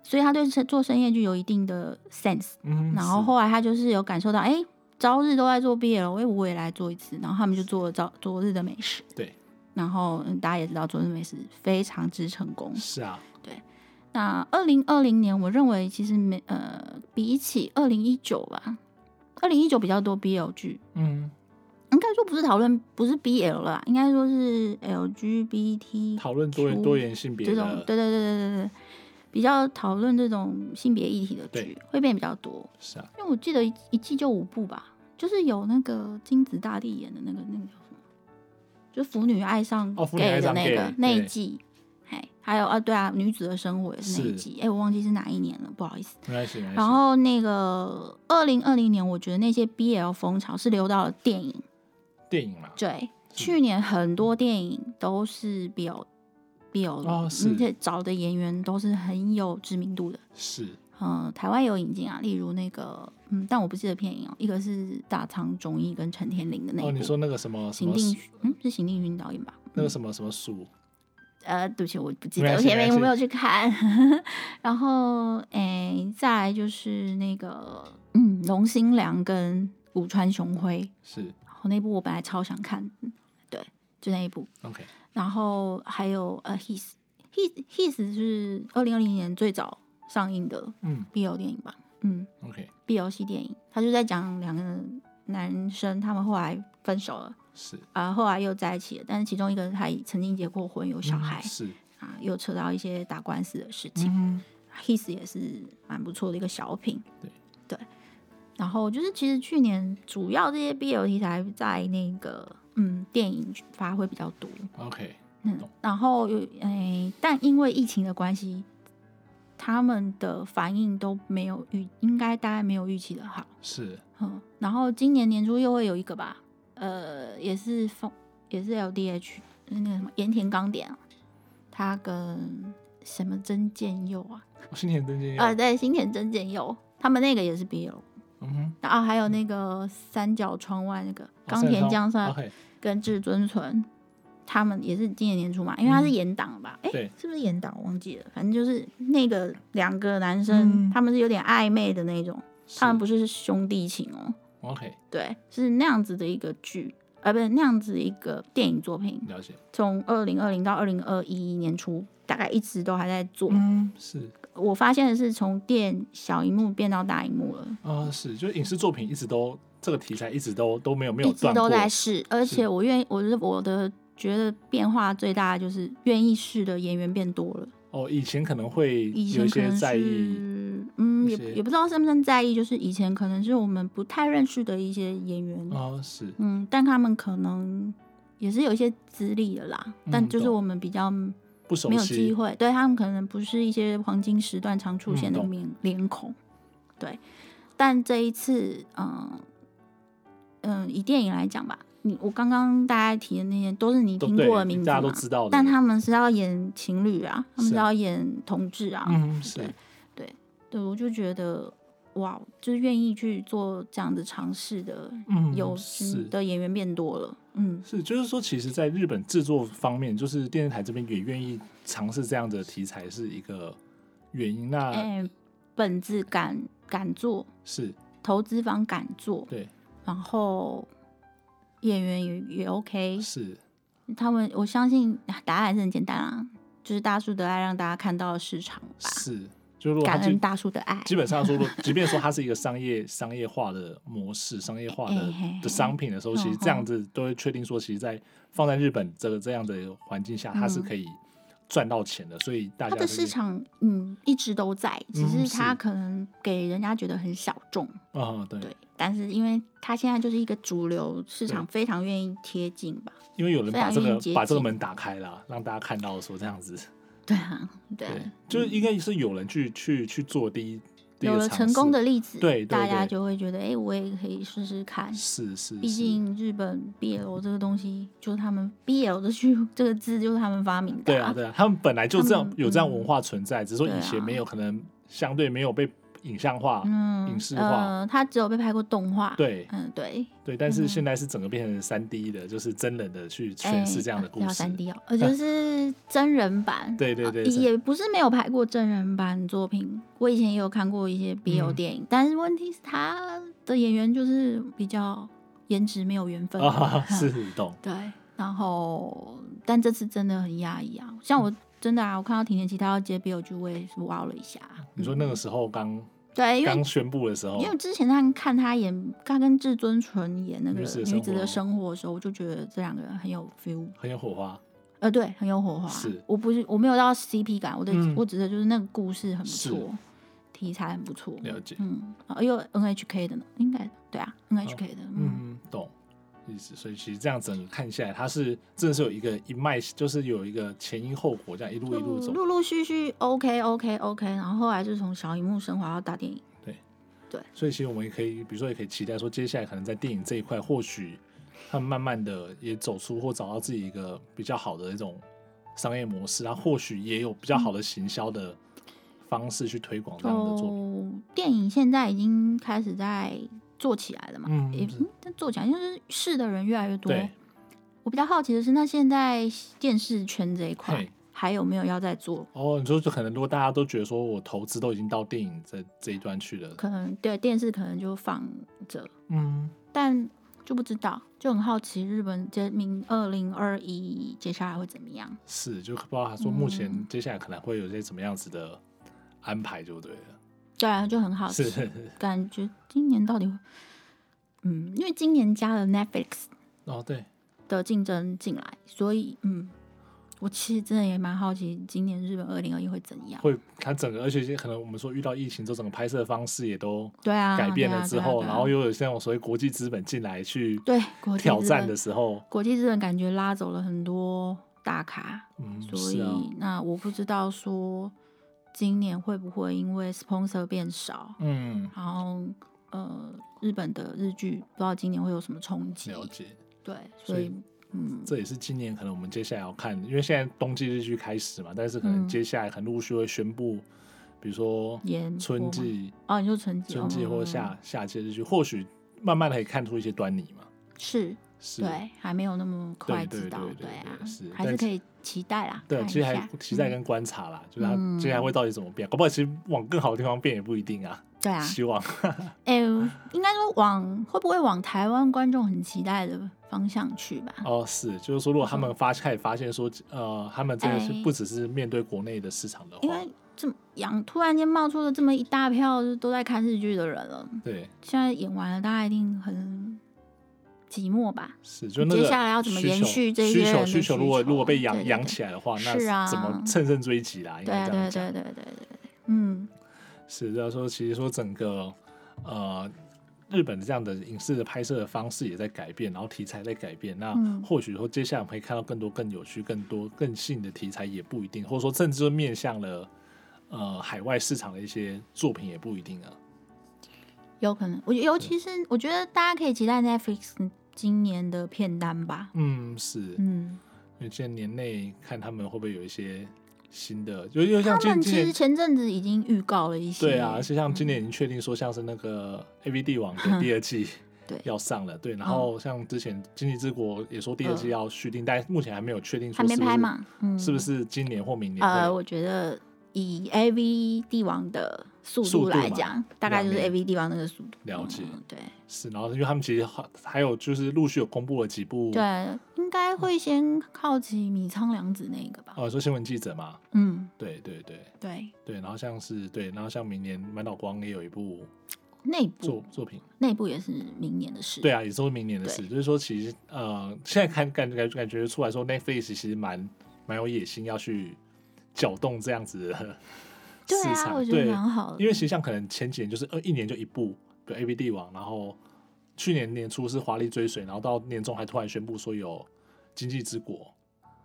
B: 所以他对深做深夜剧有一定的 sense，
A: 嗯，
B: 然后
A: 是
B: 后来他就是有感受到，哎、朝日都在做 BL，哎，我也来做一次，然后他们就做了朝昨日的美食，
A: 对，
B: 然后嗯大家也知道昨日美食非常之成功，
A: 是啊，
B: 那二零二零年，我认为其实没呃，比起二零一九吧，二零一九比较多 BL 剧，
A: 嗯，
B: 应该说不是讨论不是 BL 啦，应该说是 LGBT
A: 讨论多元
B: 出
A: 多元性别
B: 这种，
A: 的，
B: 对对对对对对，比较讨论这种性别议题的剧会变比较多，
A: 是啊，
B: 因为我记得一一季就五部吧，就是有那个金子大地演的那个那个叫什么，就腐女爱上
A: 哦腐女
B: gay
A: 爱
B: 的
A: 上
B: 那
A: gay，
B: 个那一
A: 对
B: 季，嘿，还有啊对啊，女子的生活也是那一
A: 是
B: 季，哎、我忘记是哪一年了，不好意思。
A: 没关系，没关系。
B: 然后那个二零二零年，我觉得那些 BL 风潮是流到了电影。
A: 电影嘛，
B: 对，
A: 是
B: 去年很多电影都是 BL BL，、
A: 哦是
B: 而且找的演员都是很有知名度的。
A: 是，
B: 嗯、台湾也有引进啊，例如那个，嗯，但我不记得片名哦，一个是大仓忠义跟陈天林的那一部，
A: 哦，你说那个什么什
B: 邢
A: 么
B: 定，嗯，是邢定勋导演吧？
A: 那个什么什么鼠，
B: 呃，对不起，我不记
A: 没
B: 得，
A: 关
B: 我
A: 系
B: 前
A: 没关
B: 面我
A: 系
B: 没有去看。 然后，诶，再来就是那个，嗯，龙心良跟武川雄辉，
A: 是
B: 然后那部我本来超想看，对，就那一部。
A: OK，
B: 然后还有呃，His，His His 是二零二零年最早上映的
A: 嗯
B: BL 电影吧？嗯
A: OK，
B: ，BL 系电影，他就在讲两个男生，他们后来分手了。
A: 是
B: 啊、后来又在一起了，但是其中一个他也曾经结过婚，有小
A: 嗯
B: 孩，
A: 是，
B: 啊，又扯到一些打官司的事情。
A: 嗯
B: His 也是蛮不错的一个小品，
A: 对
B: 对。然后就是其实去年主要这些 BL 题材在那个嗯电影发挥比较多，
A: ，OK，
B: 嗯
A: 懂，
B: 哎然后有诶、但因为疫情的关系，他们的反应都没有预，应该大概没有预期的好。
A: 是
B: 嗯，然后今年年初又会有一个吧，呃，也是风，也是 LDH，是那个什么盐田刚典啊，他跟什么真剑佑啊，
A: 我新田登基
B: 啊、对，新田真剑佑，他们那个也是 BL，
A: 嗯哼，
B: 然后还有那个三角窗外那个冈
A: 哦
B: 田将帅
A: OK，
B: 跟至尊存，他们也是今年年初嘛，因为他是严党吧，哎、
A: 嗯对
B: 是不是严党我忘记了，反正就是那个两个男生，
A: 嗯
B: 他们是有点暧昧的那种，他们
A: 是
B: 不是兄弟情哦，
A: OK，
B: 对，是那样子的一个剧，呃，不是那样子的一个电影作品，
A: 了解，
B: 从二零二零到二零二一年初，大概一直都还在做。
A: 嗯，是
B: 我发现的是从电小荧幕变到大荧幕了，
A: 啊、是，就是影视作品一直都这个题材一直都都没有没有
B: 一直
A: 断
B: 都
A: 过，
B: 在试，而
A: 是
B: 且我愿意，我是我的觉得变化最大的就是愿意试的演员变多了，
A: 哦，以前可能会
B: 以
A: 有
B: 前
A: 一
B: 可
A: 些
B: 能
A: 在意，
B: 是嗯，
A: 一
B: 也
A: 些
B: 也不知道算不算在意，就是以前可能是我们不太认识的一些演员，
A: 啊、是
B: 嗯，但他们可能也是有一些资历的啦，但
A: 嗯
B: 就是
A: 懂
B: 我们比较没
A: 不熟
B: 有机
A: 悉，
B: 会，对他们可能不是一些黄金时段常出
A: 嗯
B: 现的
A: 懂
B: 面脸孔，对。但这一次，嗯嗯，以电影来讲吧，你我刚刚大家提的那些都是你
A: 都
B: 听
A: 对
B: 过的名字
A: 大家都
B: 嘛，
A: 知道的，
B: 但他们是要演情侣啊，他们
A: 是
B: 是
A: 啊
B: 要演同志啊，
A: 嗯是
B: 对对，我就觉得哇，就是愿意去做这样的尝试的。
A: 嗯
B: 有
A: 是
B: 的演员变多了，嗯，
A: 是，就是说，其实，在日本制作方面，就是电视台这边也愿意尝试这样的题材，是一个原因。那、
B: 哎、本子敢敢做，
A: 是
B: 投资方敢做，
A: 对，
B: 然后演员也也 OK，
A: 是
B: 他们我相信啊答案还是很简单啊，就是大叔的爱让大家看到了市场吧，
A: 是，就如果它
B: 感
A: 基
B: 恩大叔的爱，
A: 基本上说，如果即便说它是一个商业商业化的模式、商业化的、
B: 哎嘿嘿
A: 的商品的时候，其实这样子都会确定说，其实在，放在日本这个这样的环境下，它是
B: 嗯
A: 可以赚到钱的，所以大
B: 他
A: 家就
B: 的
A: 是
B: 市场嗯一直都在，只
A: 嗯
B: 是他
A: 是
B: 可能给人家觉得很小众，
A: 啊、对，
B: 对，但是因为他现在就是一个主流
A: 对
B: 市场，非常愿意贴近吧，
A: 因为有人
B: 非
A: 把
B: 常
A: 这
B: 愿意
A: 个
B: 接
A: 把这个
B: 近
A: 门打开了，让大家看到说这样子。
B: 对啊，对啊
A: 对，就是应该是有人去去去做第一，第一
B: 有
A: 个
B: 了
A: 尝
B: 成功
A: 试
B: 的例子，
A: 对对
B: 大家
A: 对
B: 就会觉得，哎、我也可以试试看。
A: 是是，嗯
B: 毕
A: 是
B: 竟日本 BL 这个东西，就是他们 BL 的句 这个字就是他们发明
A: 对
B: 的、
A: 啊对啊，他们本来就这样
B: 他们
A: 有这样文
B: 嗯
A: 化存在，只是说
B: 对
A: 以前
B: 啊
A: 没有，可能相对没有被影像化，
B: 嗯，
A: 影视化
B: 呃，它只有被拍过动画。，
A: 对
B: 嗯，对，
A: 对，但是
B: 嗯
A: 现在是整个变成三 D 的，就是真人的去
B: 哎
A: 诠释这样的故
B: 要
A: 事
B: 三，D 哦，呃，就是真人版。
A: 对对对
B: 呃
A: 是
B: 也不是没有拍过真人版作品。我以前也有看过一些 BL
A: 嗯
B: 电影，但是问题是他的演员就是比较颜值没 有缘分
A: 啊
B: 嗯
A: 是懂
B: 对，然后但这次真的很压抑啊，像
A: 嗯
B: 我真的啊，我看到挺田七他要接 BL 剧，我也是哇哦了一下。啊
A: 你说那个时候刚
B: 对，因为
A: 刚宣布的时候
B: 因为之前他看他演他跟至尊纯演那个
A: 女子的
B: 女
A: 生
B: 子
A: 活
B: 的生活的时候，我就觉得这两个人很有 feel，
A: 很有火花，
B: 呃，对，很有火花。
A: 是
B: 我不是我没有到 CP 感，我的、
A: 嗯
B: 我指的就是那个故事很不
A: 是
B: 错，题材很不错，
A: 了解
B: 嗯，啊又有 NHK 的呢，应该对啊，NHK 的，嗯，
A: 嗯懂。意思，所以其实这样整个看下来，它是真的是有一个一脉，就是有一个前因后果，这样一路一路走
B: 嗯就。陆陆续续 OK OK OK，然后后来就从小荧幕升华到大电影。
A: 所以其实我们也可以，比如说也可以期待说，接下来可能在电影这一块，或许他们慢慢的也走出或找到自己一个比较好的一种商业模式，然后或许也有比较好的行销的方式去推广这样的作品。
B: 哦，电影现在已经开始在做起来了嘛，
A: 嗯
B: 也
A: 是
B: 嗯但做起来就是试的人越来越多。
A: 对，
B: 我比较好奇的是，那现在电视圈这一块
A: 嘿
B: 还有没有要再做？
A: 哦，你说就可能如果大家都觉得说我投资都已经到电影这这一端去了，
B: 可能对电视可能就放着，
A: 嗯，
B: 但就不知道，就很好奇日本这明二零二一接下来会怎么样？
A: 是就不知道他说目前
B: 嗯
A: 接下来可能会有一些什么样子的安排，就对了。
B: 对啊，就很好
A: 是
B: 奇，感觉今年到底会，嗯，因为今年加了 Netflix
A: 哦，对，
B: 的竞争进来，所以嗯，我其实真的也蛮好奇今年日本二零二一会怎样。
A: 会它整个，而且可能我们说遇到疫情之后，整个拍摄方式也都
B: 对啊，
A: 改变
B: 对啊
A: 了之后，
B: 对啊对啊
A: 然后又有像我所谓国际资本进来去
B: 对国际
A: 挑
B: 资
A: 战
B: 本
A: 的时候，
B: 国际资本感觉拉走了很多大咖，
A: 嗯，
B: 所
A: 是
B: 以、
A: 啊，
B: 那我不知道说今年会不会因为 sponsor 变少，
A: 嗯，
B: 然后呃，日本的日剧不知道今年会有什么冲击？
A: 了解。
B: 对，
A: 所
B: 所
A: 以
B: 以嗯，
A: 这也是今年可能我们接下来要看，因为现在冬季日剧开始嘛，但是可能
B: 嗯
A: 接下来很陆续会宣布，比如说
B: 延
A: 春
B: 嗯播吗
A: 季、
B: 哦，你说成绩，
A: 春季或
B: 哦
A: 夏夏季日剧，或许慢慢的可以看出一些端倪嘛。
B: 是
A: 是，
B: 对，还没有那么快
A: 对
B: 知道
A: 对，对
B: 啊
A: 对是，
B: 还
A: 但
B: 是可
A: 是
B: 以期待啦。
A: 对，
B: 看
A: 其实
B: 一
A: 还
B: 下
A: 期待
B: 嗯
A: 跟观察啦，就是它
B: 嗯
A: 接下来会到底怎么变，搞不好其实往更好的地方变也不一定啊。
B: 对啊，
A: 希望
B: 哎，应该说往会不会往台湾观众很期待的方向去吧？
A: 哦，是，就是说，如果他们发开始发现说，呃，他们真的是
B: 嗯哎
A: 不只是面对国内的市场的
B: 因
A: 话
B: 为，这么养突然间冒出了这么一大票就是都在看日剧的人了，
A: 对，
B: 现在演完了，大家一定很寂寞吧？
A: 是，就那个
B: 接下来要怎么
A: 需求
B: 延续这
A: 需
B: 些人
A: 求
B: 的
A: 需求？
B: 需
A: 如果
B: 求
A: 如果被
B: 对
A: 养
B: 对
A: 养
B: 对
A: 起来的话，
B: 是
A: 那
B: 啊
A: 怎么乘胜追击啦？应
B: 对
A: 该哎
B: 啊，
A: 这样
B: 对
A: 讲。
B: 对对对对对，嗯，
A: 是，就是说，其实说整个呃日本的这样的影视的拍摄的方式也在改变，然后题材在改变。那
B: 嗯
A: 或许说接下来我们可以看到更多更有趣、更多更吸引的题材也不一定，或者说甚至面向了呃海外市场的一些作品也不一定啊。
B: 有可能。我觉得尤其是我觉得大家可以期待 Netflix 今年的片单吧。
A: 嗯，是，
B: 嗯，
A: 因为今年年内看他们会不会有一些新的，就就像
B: 他
A: 今
B: 们
A: 今
B: 其实
A: 年。
B: 前阵子已经预告了一些，
A: 对啊，而且像今年已经确定说，像是那个 A V 帝王的第二季
B: 嗯对嗯
A: 要上了，对。然后像之前《经济之国》也说第二季要续订，但目前还没有确定说
B: 还没
A: 是不
B: 拍
A: 是
B: 嘛，嗯，
A: 是不？是今年或明年会？
B: 呃，我觉得以 A V 帝王的速
A: 速度
B: 度来
A: 嘛
B: 讲，大概就是
A: 两
B: A
A: 年
B: V 帝王那个速度。
A: 了解
B: 嗯对
A: 是，然后因为他们其实还还有就是陆续有公布了几部，
B: 对，应该会先靠齐米仓凉子那个吧。
A: 呃，说新闻记者嘛，
B: 嗯，
A: 对对对
B: 对，
A: 对，然后像是对，然后像明年满岛光也有一部
B: 内部
A: 作作品，
B: 内部也是明年的事。
A: 对啊，也是明年的事。
B: 对
A: 就是说，其实呃，现在看感感感觉出来说，Netflix 其实蛮蛮有野心要去搅动这样子的
B: 对
A: 市
B: 啊，我
A: 场。
B: 觉得
A: 对，
B: 蛮好的。
A: 因为其实像可能前几年就是呃一年就一部，比如 A B 帝王，然后去年年初是华丽追随，然后到年终还突然宣布说有经济之国。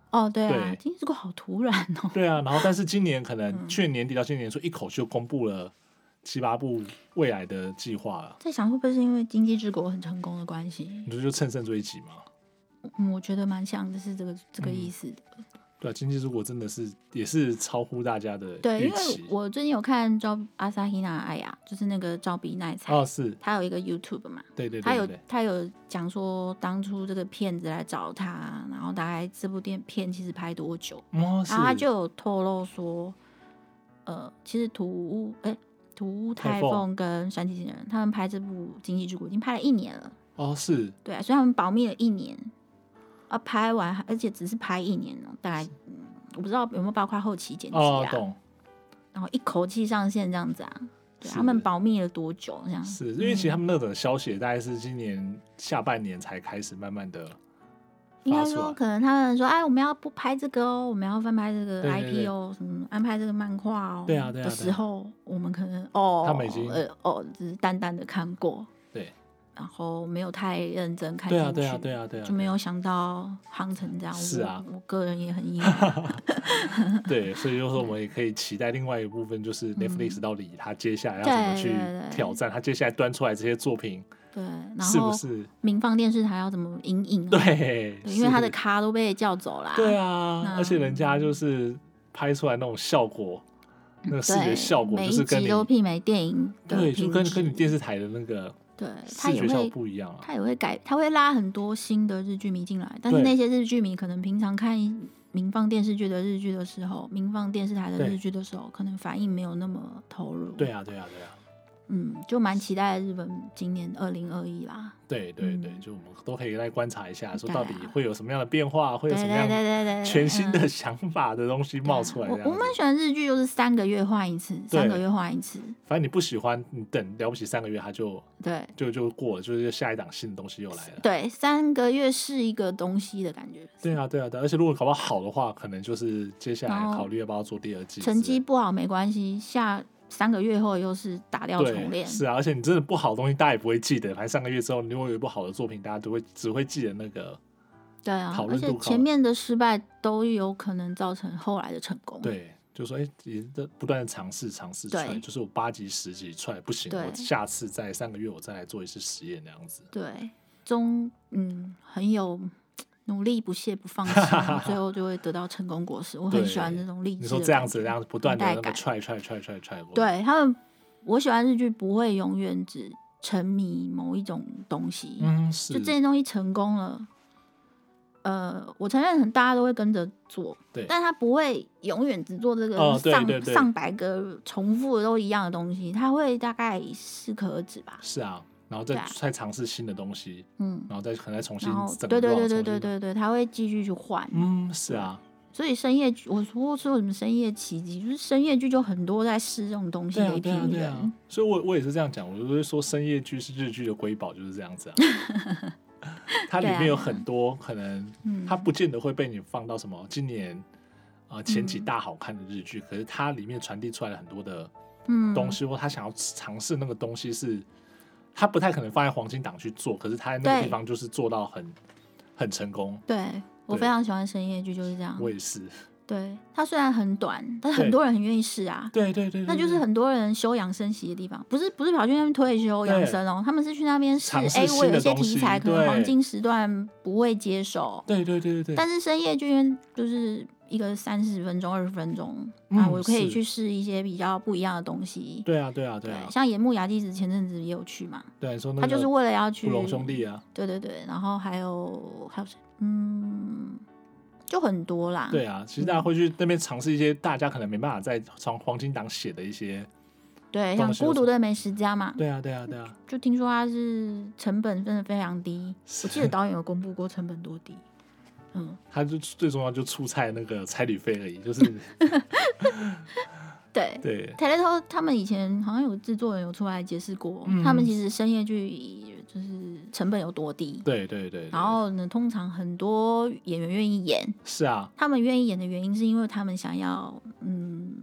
B: 哦，对啊
A: 对，
B: 今天这个好突然哦。
A: 对啊，然后但是今年可能
B: 嗯
A: 去年年底到今年年初一口气就公布了七八部未来的计划了，
B: 在想会不会是因为《经济之国》很成功的关系？
A: 你说就乘胜追击嘛？
B: 嗯，我觉得蛮像的是这个
A: 嗯
B: 这个意思的。
A: 对、啊，经济之国真的是也是超乎大家的
B: 对，
A: 预
B: 因为
A: 期。
B: 我最近有看赵阿萨希娜艾雅，就是那个赵比奈菜，
A: 哦，是
B: 他有一个 YouTube 嘛，
A: 对对
B: 他
A: 对对哦
B: 有
A: 对，
B: 他有讲说当初这个骗子来找他，然后大概这部电片其实拍多久，
A: 哦是
B: 然后他就有透露说，呃，其实土屋哎、土屋
A: 台
B: 太
A: 凤
B: 凤跟山崎贤人他们拍这部《经济之国》已经拍了一年了，
A: 哦是
B: 对啊，所以他们保密了一年，啊，拍完而且只是拍一年哦，大概嗯，我不知道有没有包括后期剪辑
A: 哦
B: 啊，
A: 懂
B: 然后一口气上线这样子啊，对，
A: 是
B: 他们保密了多久这样？
A: 是，因为其实他
B: 嗯
A: 们那种消息大概是今年下半年才开始慢慢的
B: 应
A: 发
B: 该
A: 出
B: 说，
A: 来，
B: 可能他们说，哎，我们要不拍这个哦，我们要翻拍这个
A: 对对对
B: IP 哦，什么安排这个漫画哦，
A: 对啊对啊对
B: 的
A: 啊
B: 时候，我们可能哦，
A: 他们已经
B: 呃哦，只是淡淡的看过，
A: 对
B: 然后没有太认真看进
A: 对
B: 去，
A: 啊对啊对啊对啊，
B: 就没有 想到夯成这样。
A: 是啊
B: 我，我个人也很 意外。
A: 对，所以就是说我
B: 嗯
A: 们也可以期待另外一部分，就是 Netflix 到底它接下来要怎么
B: 对对
A: 去
B: 对
A: 挑战，它接下来端出来这些作品
B: 对，然
A: 是不
B: 后
A: 是
B: 民放电视台要怎么引引、啊？
A: 对？
B: 对，因为他的
A: 是
B: 咖都被叫走啦。
A: 对啊，
B: 那
A: 而且人家就是拍出来那种效果，那个视
B: 嗯对，
A: 觉效果
B: 每
A: 就
B: 一
A: 是跟
B: 集
A: 你
B: 都媲美电影的
A: 对，就跟
B: 品质
A: 跟你电视台的那个
B: 对，他
A: 视
B: 也
A: 觉效
B: 会
A: 果不一样啊。
B: 他也会改，他会拉很多新的日剧迷进来，但是
A: 对
B: 那些日剧迷可能平常看民放电视剧的日剧的时候，民放电视台的
A: 对
B: 日剧的时候，可能反应没有那么投入。
A: 对，啊，对啊，对啊。
B: 嗯，就蛮期待日本今年二零二一啦。
A: 对对对，
B: 嗯
A: 就我们都可以来观察一下，说
B: 对
A: 到
B: 啊
A: 底会有什么样的变化，会
B: 对
A: 有
B: 对
A: 什么
B: 对
A: 样
B: 对对，
A: 全新
B: 嗯
A: 的想法的东西冒出来。
B: 我
A: 这样
B: 我
A: 子
B: 蛮喜欢日剧，就是三个月换一次，
A: 对
B: 三个月换一次，
A: 反正你不喜欢，你等了不起三个月，它就
B: 对
A: 就就过了，就是下一档新的东西又来了。
B: 对，三个月是一个东西的感觉。
A: 对啊，对啊，对啊，而且如果搞不好好的话，可能就是接下来
B: 然后
A: 考虑要不要做第二季之类的。
B: 成绩不好没关系，下三个月后又是打掉重
A: 对
B: 练。
A: 是啊，而且你真的不好的东西，大家也不会记得。反正上个月之后，你如果有一部好的作品，大家都会只会记得那个。
B: 对啊
A: 讨，
B: 而
A: 论度
B: 且
A: 高
B: 前面的失败都有可能造成后来的成功。
A: 对就说哎，也在不断的尝试尝试
B: 对
A: 踹，就是我八级十级踹不行，
B: 对
A: 我下次再三个月我再来做一次实验那样子。
B: 对，中嗯很有努力、不懈、不 放弃，最后就会得到成功果实。我很喜欢
A: 对
B: 这种励志。
A: 你说这样子，这样子不断的
B: 带
A: 那个
B: 感
A: 踹踹踹踹踹，我，
B: 对他们，我喜欢日剧不会永远只沉迷某一种东西，
A: 嗯，，
B: 就是这些东西成功了。呃，我承认很大家都会跟着做，
A: 对
B: 但他不会永远只做这个上、
A: 哦对对对
B: 上百个重复的都一样的东西，他会大概适可而止吧。
A: 是啊，然后再
B: 对啊
A: 再尝试新的东西，
B: 嗯，
A: 然后再可能再重新
B: 然后
A: 整
B: 对对
A: 乱
B: 对对
A: 重
B: 对
A: 新
B: 对对，他会继续去换。
A: 嗯，是啊，
B: 所以深夜剧，我说说什么深夜奇迹，就是深夜剧就很多在试这种东西
A: 对
B: 的
A: 啊，
B: 一
A: 对
B: 批
A: 啊，对
B: 人。
A: 啊。所以我我也是这样讲，我就会说深夜剧是日剧的瑰宝，就是这样 子啊。它里
B: 对啊
A: 面有很多可能，
B: 嗯
A: 它不见得会被你放到什么今年啊、呃前几
B: 嗯
A: 大好看的日剧，可是它里面传递出来了很多的
B: 嗯，
A: 东西，或他想要尝试那个东西是，他不太可能放在黄金档去做，可是他在那个
B: 对
A: 地方就是做到很很成功。
B: 对我
A: 对
B: 非常喜欢深夜剧，就是这样
A: 我。也是，
B: 对，它虽然很短，但是
A: 对
B: 很多人很愿意试啊。
A: 对对对对
B: 那就是
A: 对
B: 很多人休养生息的地方，不是不是跑去那边退休
A: 对
B: 养生哦，他们是去那边试。
A: 尝试
B: 哎，
A: 新
B: 我有
A: 的
B: 一些
A: 东西
B: 题材可能
A: 对
B: 黄金时段不会接受，
A: 对对对对对，
B: 但是深夜剧因为就是一个三十分钟、二十分钟、
A: 嗯
B: 啊，我可以
A: 是
B: 去试一些比较不一样的东西。
A: 对啊对啊对啊，
B: 像野木雅纪子前阵子也有去嘛，
A: 对啊你说那
B: 他就是
A: 个
B: 为了要去
A: 布隆兄弟啊，
B: 对对对，然后还有还有谁？嗯，就很多啦。
A: 对啊，其实大家会去那边尝试一些大家可能没办法在从黄金档写的一些，
B: 对，
A: 东
B: 像
A: 西有
B: 孤
A: 什
B: 独的美食家嘛，
A: 对啊对啊对啊，
B: 就听说它是成本真的非常低，我记得导演有公布过成本多低。嗯，
A: 他就最重要就出差那个差旅费而已，就是
B: 对。
A: 对
B: t e l e t o 他们以前好像有制作人有出来解释过，
A: 嗯
B: 他们其实深夜剧就是成本有多低，
A: 对对对对，
B: 然后呢，通常很多演员愿意演，
A: 是啊，
B: 他们愿意演的原因是因为他们想要，嗯，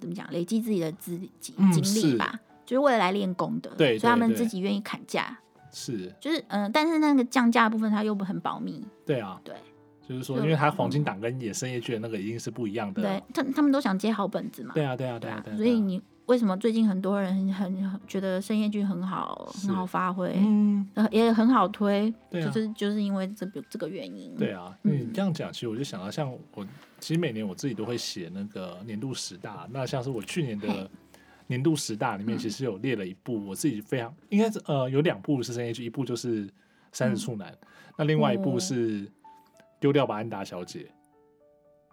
B: 怎么讲，累积自己的资经
A: 嗯
B: 经历
A: 是
B: 吧，就是为了来练功的，
A: 对
B: 所以他
A: 对
B: 们
A: 对
B: 自己愿意砍价，
A: 是，
B: 就是嗯、呃但是那个降价的部分他又不很保密，
A: 对啊，
B: 对
A: 就是说，
B: 就嗯
A: 因为它黄金档跟野生夜剧的那个一定是不一样的，啊
B: 对，啊他他们都想接好本子嘛，
A: 对啊，对啊，对
B: 对
A: 啊，对啊，
B: 所以你为什么最近很多人很很很觉得深夜剧很好，
A: 是
B: 很好发挥，
A: 嗯，
B: 呃也很好推，
A: 对啊
B: 就是就是因为这个这个原因，
A: 对啊，你
B: 嗯
A: 这样讲，其实我就想到，像我其实每年我自己都会写那个年度十大，那像是我去年的
B: 嘿
A: 年度十大里面，
B: 嗯
A: 其实有列了一部我自己非常应该是呃有两部是深夜剧，一部就是《三十处男》，那另外一部
B: 哦
A: 是《丢掉吧，安达小姐》。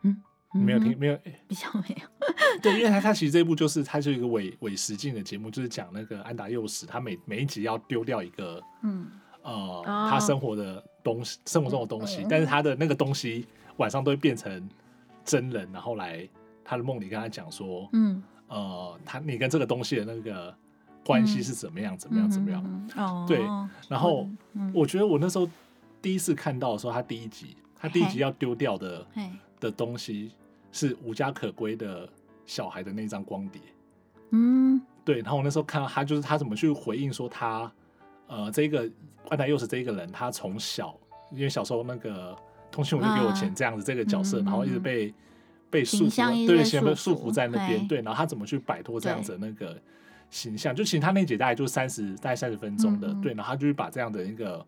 B: 嗯哼，
A: 没有听，没有
B: 比较没有，
A: 对，因为他他其实这部就是它是一个伪伪实境的节目，就是讲那个安达幼时，他每每一集要丢掉一个
B: 嗯，
A: 呃，他生活的东西，生活中的东
B: 嗯
A: 西，但是他的那个东西晚上都会变成真人，然后来他的梦里跟他讲说，
B: 嗯，
A: 呃，他你跟这个东西的那个关系是怎么样，怎么样，怎么样。
B: 嗯哼？哦，
A: 对然后
B: 嗯，
A: 我觉得我那时候第一次看到的时候，他第一集，他第一集
B: 嘿
A: 要丢掉的
B: 嘿
A: 的东西是无家可归的小孩的那张光碟。
B: 嗯
A: 对，然后我那时候看到他，就是他怎么去回应说他，呃，这个万达又是这一个人，他从小因为小时候那个通讯我就给我钱
B: 啊
A: 这样子这个角色，
B: 嗯嗯
A: 然后一直
B: 嗯
A: 被被束
B: 形
A: 缚
B: 象一
A: 在，
B: 直
A: 对，
B: 被
A: 全部
B: 束
A: 束
B: 缚
A: 缚在那边，
B: 嘿
A: 对，然后他怎么去摆脱这样
B: 对
A: 子的那个形象？就其实他那节大概就三十，大概三十分钟的，
B: 嗯嗯
A: 对，然后他就是把这样的一个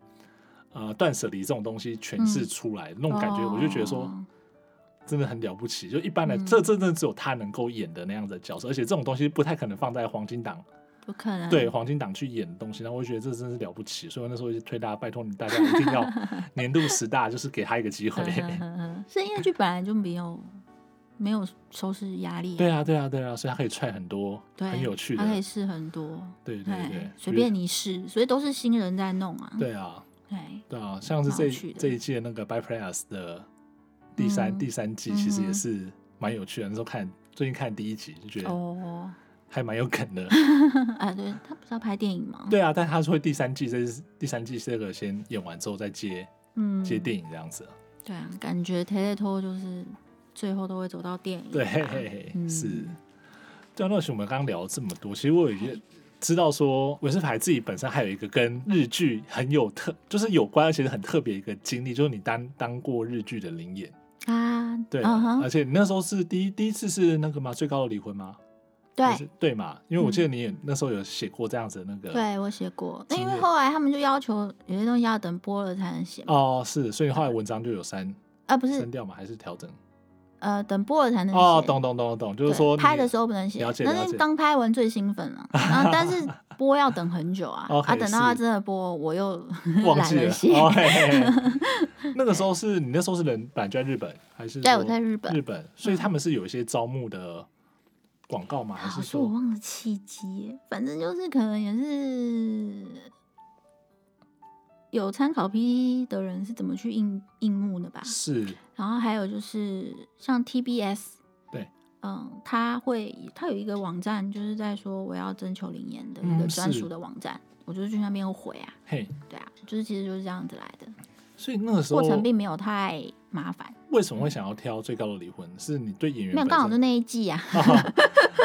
A: 呃断舍离这种东西诠释
B: 嗯
A: 出来，那种感觉，我就觉得说。
B: 哦
A: 真的很了不起，就一般的，
B: 嗯
A: 这真的只有他能够演的那样子的角色，而且这种东西不太可能放在黄金档
B: 不可能，
A: 对黄金档去演的东西，然后我就觉得这真是了不起，所以我那时候就推大家，拜托你大家一定 要年度十大，就是给他一个机会
B: 呵。呵呵呵，深夜剧本来就没有没有收视压力、
A: 对啊，对啊，对啊，所以他可以踹很多
B: 对，
A: 很有趣的
B: 它，可以试很多，
A: 对对
B: 嘿
A: 对，
B: 随便你试，所以都是新人在弄啊，
A: 对啊，
B: 对
A: 对啊，像是
B: 蛮有
A: 这
B: 趣的
A: 这一届那个《By Players》的第三、
B: 嗯
A: 第三季，其实
B: 嗯
A: 也
B: 哼
A: 是蛮有趣的。那时候看最近看第一集就觉得
B: 哦，
A: 还蛮有梗 的，
B: 啊，对他不是要拍电影吗？，
A: 对啊，但他是会第三季这是第三季这个先演完之后再接
B: 嗯，
A: 接电影这样子，
B: 对啊，感觉 t e t o 就是最后都会走到电影吧，
A: 对，嘿嘿
B: 嗯
A: 是。对啊，那其实我们刚刚聊了这么多，其实我有一些知道说，韦斯牌自己本身还有一个跟日剧很有特，就是有关，而且是很特别一个经历，就是你当当过日剧的灵演。
B: 啊，
A: 对，
B: 嗯
A: 而
B: 哼，
A: 且你那时候是第一第一次是那个吗？最高的离婚吗？还
B: 对嗯
A: 是，对嘛？因为我记得你也那时候有写过这样子的那个，，
B: 对我写过，那
A: 经
B: 因为
A: 验
B: 后来他们就要求有些东西要等播了才能写嘛，
A: 哦，是，所以后来文章就有删
B: 啊不是
A: 删，掉嘛，还是调整？
B: 呃，等播了才能写。
A: 哦，懂懂懂懂，就
B: 对，
A: 是说
B: 拍
A: 你
B: 的时候不能写
A: 了，解了
B: 但是
A: 解
B: 刚拍完最兴奋 了，然后但是播要等很久啊，
A: OK，
B: 啊，等到它
A: 是
B: 真的播，我又
A: 忘
B: 懒
A: 记
B: 得
A: 了。
B: 写。
A: 哦嘿嘿 嘿那个时候是你那时候是人本来就在日本，还是
B: 对，
A: 说
B: 我在日本
A: 日，本，所以他们是有一些招募的广告吗？还
B: 好
A: 是
B: 像我
A: 说
B: 忘了契机耶，反正就是可能也是有参考 P 的人是怎么去应应募的吧。
A: 是
B: 然后还有就是像 TBS，
A: 对，
B: 嗯，他会他有一个网站，就是在说我要征求灵验的一
A: 嗯
B: 个专
A: 是
B: 属的网站，我就去那边回啊，
A: 嘿？
B: 对啊，就是其实就是这样子来的，
A: 所以那个时候
B: 过程并没有太麻烦，
A: 为什么会想要挑最高的离婚？是你对演员
B: 没有
A: 本
B: 刚好
A: 身
B: 就那一季啊，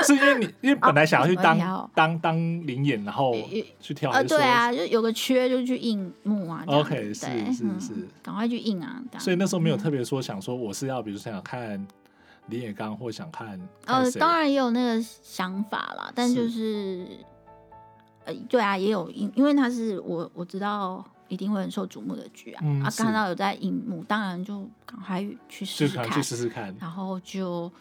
A: 是因为你因为本来想要去
B: 为什么
A: 当、
B: 哦要挑
A: 当当领演，然后去跳，
B: 啊
A: 还是说
B: 对。啊，就有个缺就去应募啊这样子
A: OK，是
B: 对
A: 是
B: 嗯
A: 是
B: 赶快去应啊，这样
A: 所以那时候没有特别说想说我是要，比如想看李野刚或想看
B: 呃
A: 看，谁
B: 当然也有那个想法啦，但就是是，呃，对啊，也有因因为它是我我知道一定会很受瞩目的剧啊，
A: 嗯
B: 啊，
A: 是
B: 看到有在荧幕，当然就赶快
A: 就
B: 去试试
A: 可能
B: 看
A: 去，试试看。
B: 然后就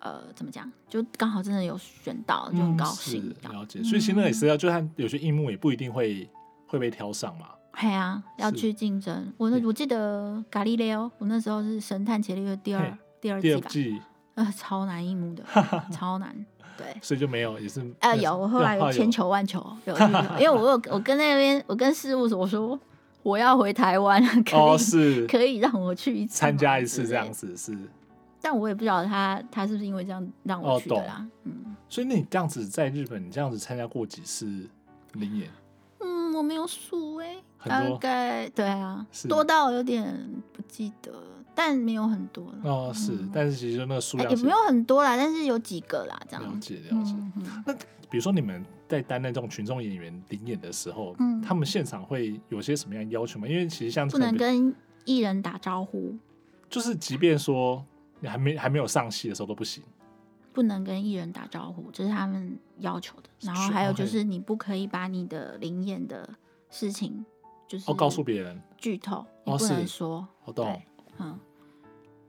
B: 呃怎么讲，就刚好真的有选到，就
A: 嗯，
B: 很
A: 是
B: 高兴这样。嗯
A: 了解。所以其实那也是要，就算有些硬幕也不一定会会被挑上嘛。
B: 嘿啊，要
A: 是
B: 去竞争。我那
A: 对
B: 我记得《咖喱雷》哦，我那时候是《神探伽利略》第
A: 嘿
B: 二第二
A: 第
B: 季
A: 二
B: 吧，
A: 季，
B: 呃，超难 一幕的，超难。对，
A: 所以就没有，也是
B: 啊，有，我后来有千，求万求，有去，因为我有我跟那边我跟事务所说我要回台湾，
A: 对
B: 可以、
A: 后来有哦，是
B: 可以让我去一次
A: 参
B: 吗
A: 加一
B: 之
A: 次
B: 类
A: 这样
B: 的，
A: 子是。
B: 但我也不知道他他是不是因为这样让
A: 哦
B: 我去的
A: 懂
B: 啦，嗯
A: 所以那你这样子在日本，你这样子参加过几次领演？
B: 嗯，我没有数哎、
A: 很
B: 大
A: 多
B: 概对啊
A: 是，
B: 多到有点不记得，但没有很多了，
A: 哦，是
B: 嗯，
A: 但是其实就那个数
B: 哎
A: 量
B: 也
A: 是
B: 没有很多啦，但是有几个啦，这
A: 了
B: 样，
A: 解了解。
B: 嗯嗯，
A: 那比如说你们在担任这种群众演员领演的时候，
B: 嗯
A: 他们现场会有些什么样的要求吗？因为其实像
B: 不
A: 可
B: 能跟艺人打招呼，
A: 就是即便说你还没还没有上戏的时候都不行。
B: 不能跟艺人打招呼，这是他们要求的。然后
A: 是哦
B: 还有就
A: OK
B: 是你不可以把你的灵验的事情，就是
A: 哦，告诉别人，
B: 剧透，你
A: 哦
B: 不
A: 是
B: 能说。
A: 我懂
B: 对。，嗯，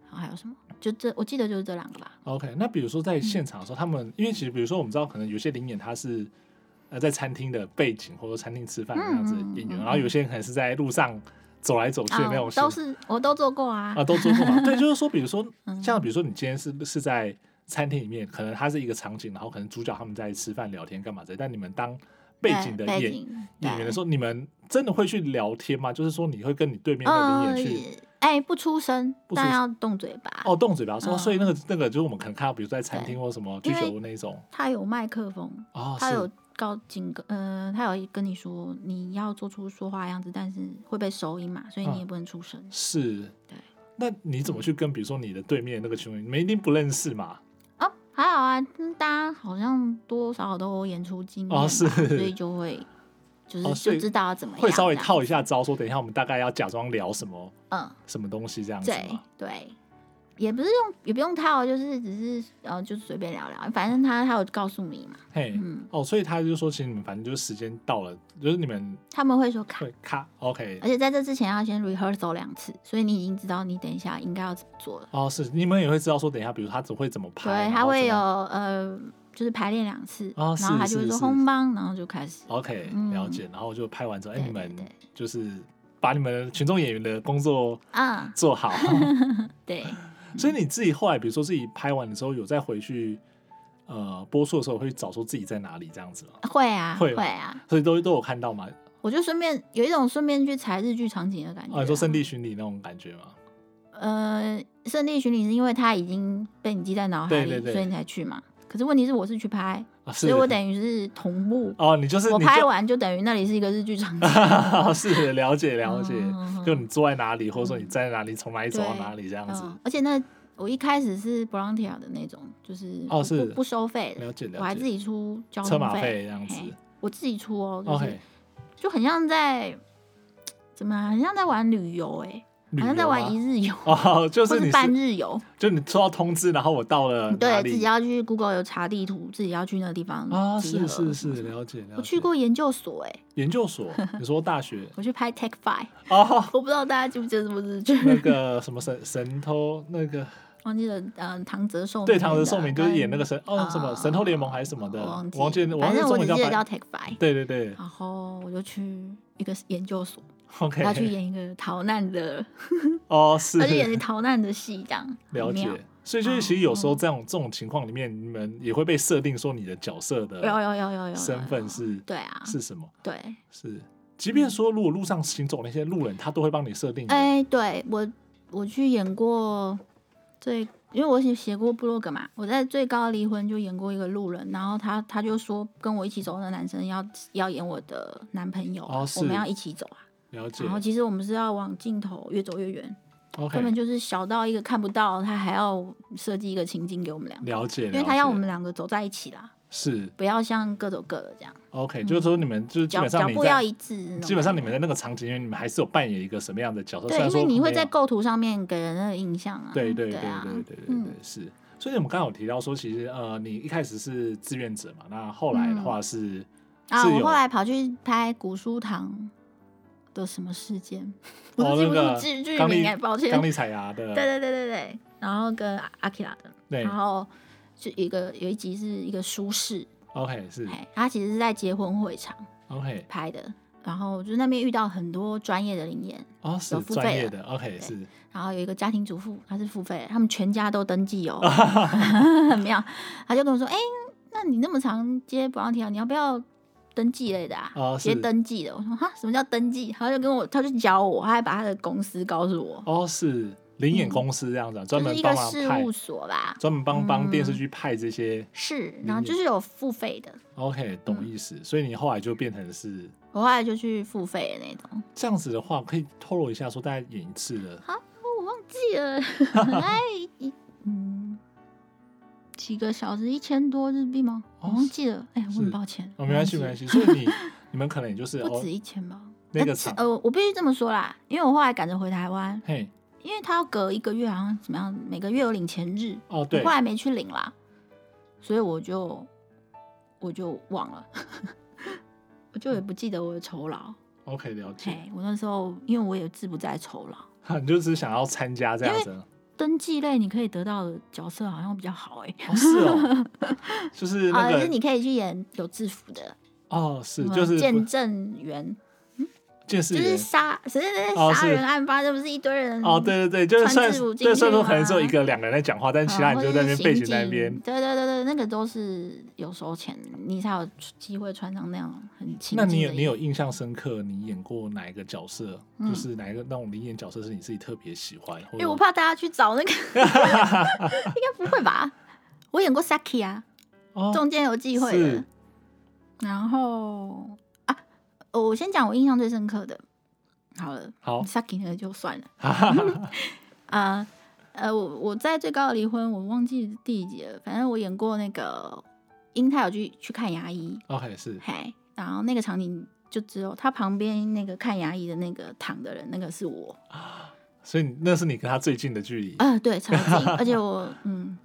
B: 然后还有什么？就这，我记得就是这两个吧。
A: OK，那比如说在
B: 嗯
A: 现场的时候，他们因为其实比如说我们知道，可能有些灵演他是呃在餐厅的背景或者说餐厅吃饭的那样子的
B: 嗯嗯
A: 演员，
B: 嗯嗯
A: 然后有些人可能是在路上走来走去的那种
B: 哦，
A: 型
B: 都是我都做过啊。
A: 啊，都做过 嘛。对，就是说，比如说
B: 嗯
A: 像比如说你今天是是在餐厅里面，可能它是一个场景，然后可能主角他们在吃饭聊天干嘛之类，但你们当背景的
B: 对背
A: 演
B: 景
A: 演员的时
B: 候，
A: 候，你们真的会去聊天吗？就是说你会跟你对面那个
B: 呃
A: 人演去。，
B: 哎，不出声，
A: 不出
B: 但
A: 声
B: 要动嘴巴。
A: 哦，动嘴巴说，
B: 嗯
A: 所以那个那个就是我们可能看到，比如说在餐厅或什么居
B: 因为
A: 酒屋那一种
B: 他有麦克风，
A: 啊，
B: 他
A: 是
B: 有告警告，呃，他有跟你说你要做出说话的样子，但是会被收音嘛，所以
A: 嗯
B: 你也不能出声。
A: 是，
B: 对。
A: 那你怎么去跟比如说你的对面那个群众，你们一定不认识嘛？
B: 啊，还好啊，嗯大家好像多多少少都有演出经验吧、
A: 哦是
B: 所以就会就是、
A: 哦所以
B: 就知道要怎么样，
A: 会稍微
B: 这样
A: 套一下招，说等一下我们大概要假装聊什么
B: 嗯，
A: 什么东西这样子
B: 对
A: 嘛？
B: 对，也不是用也不用套，就是只是呃，就是随便聊聊，反正他他有告诉你嘛，
A: 嘿，
B: 嗯，
A: 哦，所以他就说，其实你们反正就是时间到了，就是你们
B: 他们会说卡，
A: 会咔，OK，
B: 而且在这之前要先 rehearsal 两次，所以你已经知道你等一下应该要怎么做了，
A: 哦，是你们也会知道说，等一下，比如他只会怎么拍，
B: 对，
A: 然
B: 他
A: 后
B: 会
A: 怎
B: 有
A: 么
B: 呃，就是排练两次，
A: 哦
B: 然后
A: 是
B: 他就会
A: 是
B: 说
A: 是
B: 轰帮，然后就开始，
A: OK
B: 嗯
A: 了解，然后就拍完之后，哎，
B: 对
A: 你们
B: 对对
A: 就是把你们群众演员的工作
B: 啊，
A: 做好，
B: 对，
A: 所以你自己后来，比如说自己拍完的时候，有再回去呃播出的时候，会找出自己在哪里这样子吗？
B: 会啊，
A: 会吗
B: 会啊。
A: 所以都都有看到嘛？啊
B: 我就顺便有一种顺便去踩日剧场景的感觉、
A: 啊，你说圣地，巡礼那种感觉吗？
B: 呃，圣地巡礼是因为它已经被你记在脑海
A: 对
B: 里，
A: 对对
B: 所以你才去嘛。可是问题是我是去拍，
A: 啊，是
B: 所以 我等于是同步，
A: 哦，你就是
B: 我
A: 你
B: 拍
A: 就
B: 完就等于那里是一个日剧场景。
A: 是 了解了解，
B: 嗯
A: 就你坐在哪里，或者说你站在哪里，从哪里走到
B: 对
A: 哪里这样子。
B: 嗯，而且那我一开始是 Brontia 的那种，就是
A: 哦
B: 不
A: 是
B: 不不收费的，
A: 了解了解，
B: 我还自己出交
A: 车
B: 通
A: 马
B: 费，
A: 费这样子。
B: 嘿我自己出哦，就是
A: OK，
B: 就很像在怎么、啊，很像在玩旅游哎、
A: 旅游
B: 好像在玩一
A: 吗
B: 日游，
A: 哦， 就
B: 或
A: 是你
B: 是半日游。
A: 就你收到通知，然后我到了哪
B: 对
A: 里
B: 自己要去 Google 有查地图，自己要去那个地方
A: 啊，
B: 集合
A: 是是是，
B: 什么什么
A: 了解了解。
B: 我去过研究所、欸，
A: 研究 所，你说大学
B: 我去拍 Tech Five，
A: 哦，
B: 我不知道大家记不记得这部日剧，
A: 那个什么 神神偷那个
B: 忘记了，呃，唐泽寿
A: 对
B: 明
A: 唐泽
B: 演
A: 寿
B: 的
A: 明就是演那个
B: 但
A: 神哦什么神偷联盟还是什么的，
B: 我
A: 我
B: 嗯哦忘记
A: 忘记我忘
B: 反
A: 记
B: 正
A: 中
B: 我
A: 文
B: 只记得
A: 叫
B: 叫
A: 白
B: Tech Five，
A: 对对对
B: 然后我就去一个研 究所，
A: ，OK，
B: 要去演一个逃难的，
A: 哦 是
B: 要去演逃难的戏，这样
A: 了
B: 很
A: 解
B: 妙。哦
A: 所以就是，其实有时候这种这种情况里面，你们也会被设定说你的角色
B: 有有
A: 的
B: 有有有有
A: 身份，
B: 有
A: 是
B: 有对啊，
A: 是什么？
B: 对，
A: 是，即便说如果路上行走那些路人，他都会帮你设定一个。
B: 哎、对我我去演过最，因为我写写过部落格嘛，我在最高的离婚就演过一个路人，然后他他就说跟我一起走的男生要要演我的男朋友啊、
A: 哦
B: 我们
A: 是
B: 要一起走啊，
A: 了解
B: 然后其实我们是要往镜头越走越远，根本
A: ，OK，
B: 就是小到一个看不到，他还要设计一个情境给我们俩，
A: 了解，
B: 因为
A: 了
B: 他要
A: 解
B: 我们两个走在一起啦，
A: 是
B: 不要像各走各的这样，
A: OK，就是说你们就是基
B: 脚
A: 本上
B: 嗯脚
A: 你
B: 步要
A: 在
B: 一致那种感觉。
A: 基本上你们在那个场景里面，你们还是有扮演一个什么样的角色？虽
B: 对，
A: 然
B: 因
A: 说
B: 为你会
A: 没
B: 在
A: 有
B: 构图上面给人那个印象啊。
A: 对对对
B: 啊
A: 对对对对
B: 嗯
A: 对，是。所以我们刚刚有提到说，其实呃，你一开始是志愿者嘛，那后来的
B: 嗯
A: 话是
B: 啊，
A: 是
B: 我
A: 有
B: 后来跑去拍古书堂的什么 事件，我
A: 哦
B: 都记
A: 那
B: 不
A: 个
B: 住剧剧
A: 刚
B: 名
A: 力
B: 哎，抱歉。
A: 刚
B: 对
A: 力彩芽的，
B: 对对对对，然后跟阿 k i 的，
A: 对
B: 然后就一个有一集是一个书适，
A: ，OK 是
B: 哎，他其实是在结婚会场
A: OK
B: 拍的，然后就是那边遇到很多专业的灵演，
A: 哦是
B: 有付
A: 专
B: 费
A: 业
B: 了
A: 的，OK 是
B: 然后有一个家庭主妇，她是付费的，他们全家都登 记哦，很妙。她就跟我说：“哎、那你那么常接保养体啊，你要不要登记类的啊？
A: 哦
B: 接
A: 是
B: 登记的。”我说：“哈，什么叫登记？”她就跟我，她就教我，她还把她的公司告诉我，
A: 哦是灵眼
B: 嗯
A: 公司这样子啊，专
B: 就是
A: 门
B: 一
A: 帮
B: 个
A: 忙
B: 事
A: 派
B: 务，所吧，
A: 专门帮帮电视
B: 嗯
A: 剧派这些
B: 是，
A: 理
B: 然后
A: 解
B: 就是有付费的，
A: ，OK 懂
B: 嗯
A: 意思。所以你后来就变成是
B: 我后来就去付费的那种。
A: 这样子的话，可以透露一下说大概演一次的
B: 哦，我忘记了， 哎，一嗯，几个小时一千多日币吗？
A: 哦
B: 我忘记了，哎，我
A: 是
B: 很抱歉。
A: 哦，没关系，
B: 我
A: 没关
B: 忘记
A: 系。所以你你们可能也就是
B: 了，不
A: 哦
B: 止一千吧。
A: 那个
B: 呃是
A: 场，
B: 呃，我必须这么说啦，因为我后来赶着回台湾，
A: 嘿，
B: 因为他要隔一个月，好像怎么样，每个月有领钱日，
A: 哦对
B: 我后，来没去领啦，所以我就我就忘了， 我就也不记得我的酬劳。
A: OK 了解，
B: 嘿，我那时候因为我也志不在酬劳，
A: 你就只是想要参加这样子，
B: 登记类你可以得到的角色好像比较好哎、
A: 哦是哦， 就是
B: 啊，
A: 那
B: 就是你
A: 个
B: 可以去演有制服的，
A: 哦是
B: 什么
A: 就是
B: 见
A: 不
B: 证员，
A: 见
B: 就
A: 识
B: 是
A: 员
B: 杀，是是是
A: 哦
B: 杀
A: 是
B: 人案发，这不是一堆人啊
A: 哦对对对，就是
B: 穿
A: 算
B: 制服进
A: 对
B: 去
A: 虽然说可能只有
B: 吗嗯
A: 一个两个人在讲话，但其他人就在那边背景在那边。
B: 对对对对，那个都是有收钱，你才有机会穿上那样很轻。
A: 那你有你有印象深刻，你演过哪一个角色？就
B: 嗯
A: 是哪一个那种灵演角色是你自己特别喜欢？因
B: 因为哎我怕大家去找那 个，应该不会吧？我演过 Saki 啊，
A: 哦
B: 中间有忌讳的
A: 是。
B: 然后啊，哦我先讲我印象最深刻的，好了
A: 好，
B: ，Saki 那个 就算了。
A: 哈哈哈
B: 啊、呃，我我在最高的离婚，我忘记第几集了，反正我演过那个英泰有去去看牙医，
A: OK 是
B: 嘿，然后那个场景就只有他旁边那个看牙医的那个躺的人，那个是我，
A: 所以你那是你跟他最近的距离，
B: 啊、对，超 近，而且我嗯，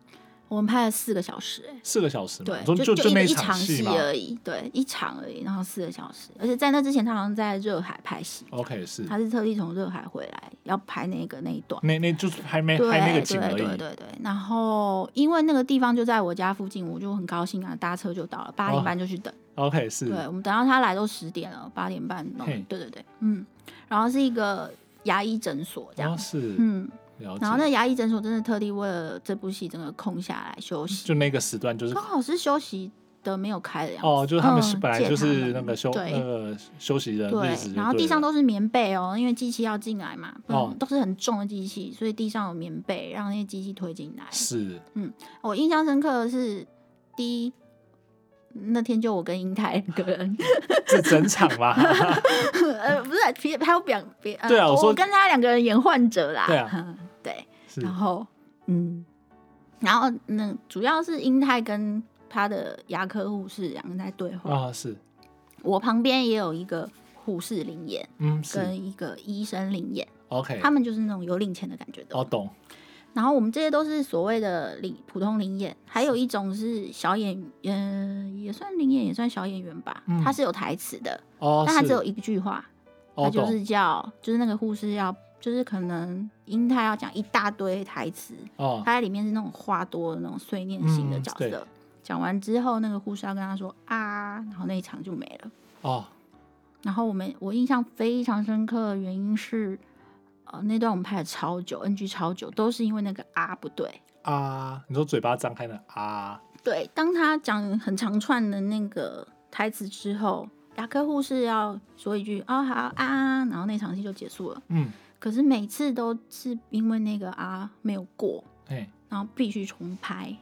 B: 我们拍了四个小时、哎。
A: 四个小时嘛，
B: 对
A: 你，说
B: 就
A: 就那
B: 一一
A: 场
B: 场
A: 戏
B: 戏
A: 嘛。
B: 而已，对，一场而已，然后四个小时，而且在那之前他好像在热海拍戏，
A: OK 是，
B: 他是特地从热海回来要拍那个那一段，
A: 那那就是拍没
B: 对
A: 拍那个景而已。
B: 对对对对，然后因为那个地方就在我家附近，我就很高兴啊，搭车就到了，八点半就去等。
A: OK 哦是
B: 对，我们等到他来都十点了，八点半弄
A: 嘿。
B: 对对对，嗯，然后是一个牙医诊所这样
A: 哦，是，
B: 嗯，
A: 了解。
B: 然后那牙医诊所真的特地为了这部戏整个空下来休息，
A: 就那个时段就是
B: 刚好是休息的没有开的样
A: 嗯
B: 子。
A: 哦，就是他们是
B: 嗯
A: 本来
B: 借
A: 就
B: 他
A: 是
B: 们
A: 那个休
B: 对
A: 那个休息的日子就了，，
B: 对然后地上都是棉被哦，因为机器要进来嘛，不
A: 哦
B: 然都是很重的机器，所以地上有棉被，让那些机器推进来。
A: 是
B: 我印象深刻的是，第一，那天就我跟英泰两个人，
A: 这整场 嘛，
B: 呃，不是，别还有两别，呃
A: 对啊我
B: 我
A: 说
B: 跟他两个人演患者啦，
A: 对啊
B: 嗯， 对，
A: 是
B: 然后嗯，然后那主要是英泰跟他的牙科护士两个人在对话，
A: 啊是，
B: 我旁边也有一个护士灵眼
A: 嗯是
B: 跟一个医生灵眼，
A: OK，
B: 他们就是那种有领钱的感觉的。
A: 哦懂，
B: 然后我们这些都是所谓的领普通领演，还有一种是小演，嗯、也算领演也算小演员吧，
A: 嗯
B: 他是有台词的，
A: 哦，
B: 但他
A: 是
B: 只有一句话，
A: 哦
B: 他就
A: 懂
B: 是叫就是那个护士要就是可能英泰要讲一大堆台词，
A: 哦
B: 他在里面是那种话多的那种碎念型的
A: 嗯
B: 角
A: 对
B: 色。讲完之后，那个护士要跟他说啊，然后那一场就没了。
A: 哦
B: 然后我们我印象非常深刻的原因是，呃，那段我们拍了超久，NG 超久，都是因为那个啊不对。
A: 啊，你说嘴巴张开的啊，
B: 对，当他讲很长串的那个台词之后，牙科护士要说一句哦好啊，然后那场戏就结束了。
A: 嗯，
B: 可是每次都是因为那个啊没有过，
A: 哎，
B: 然后必须重拍。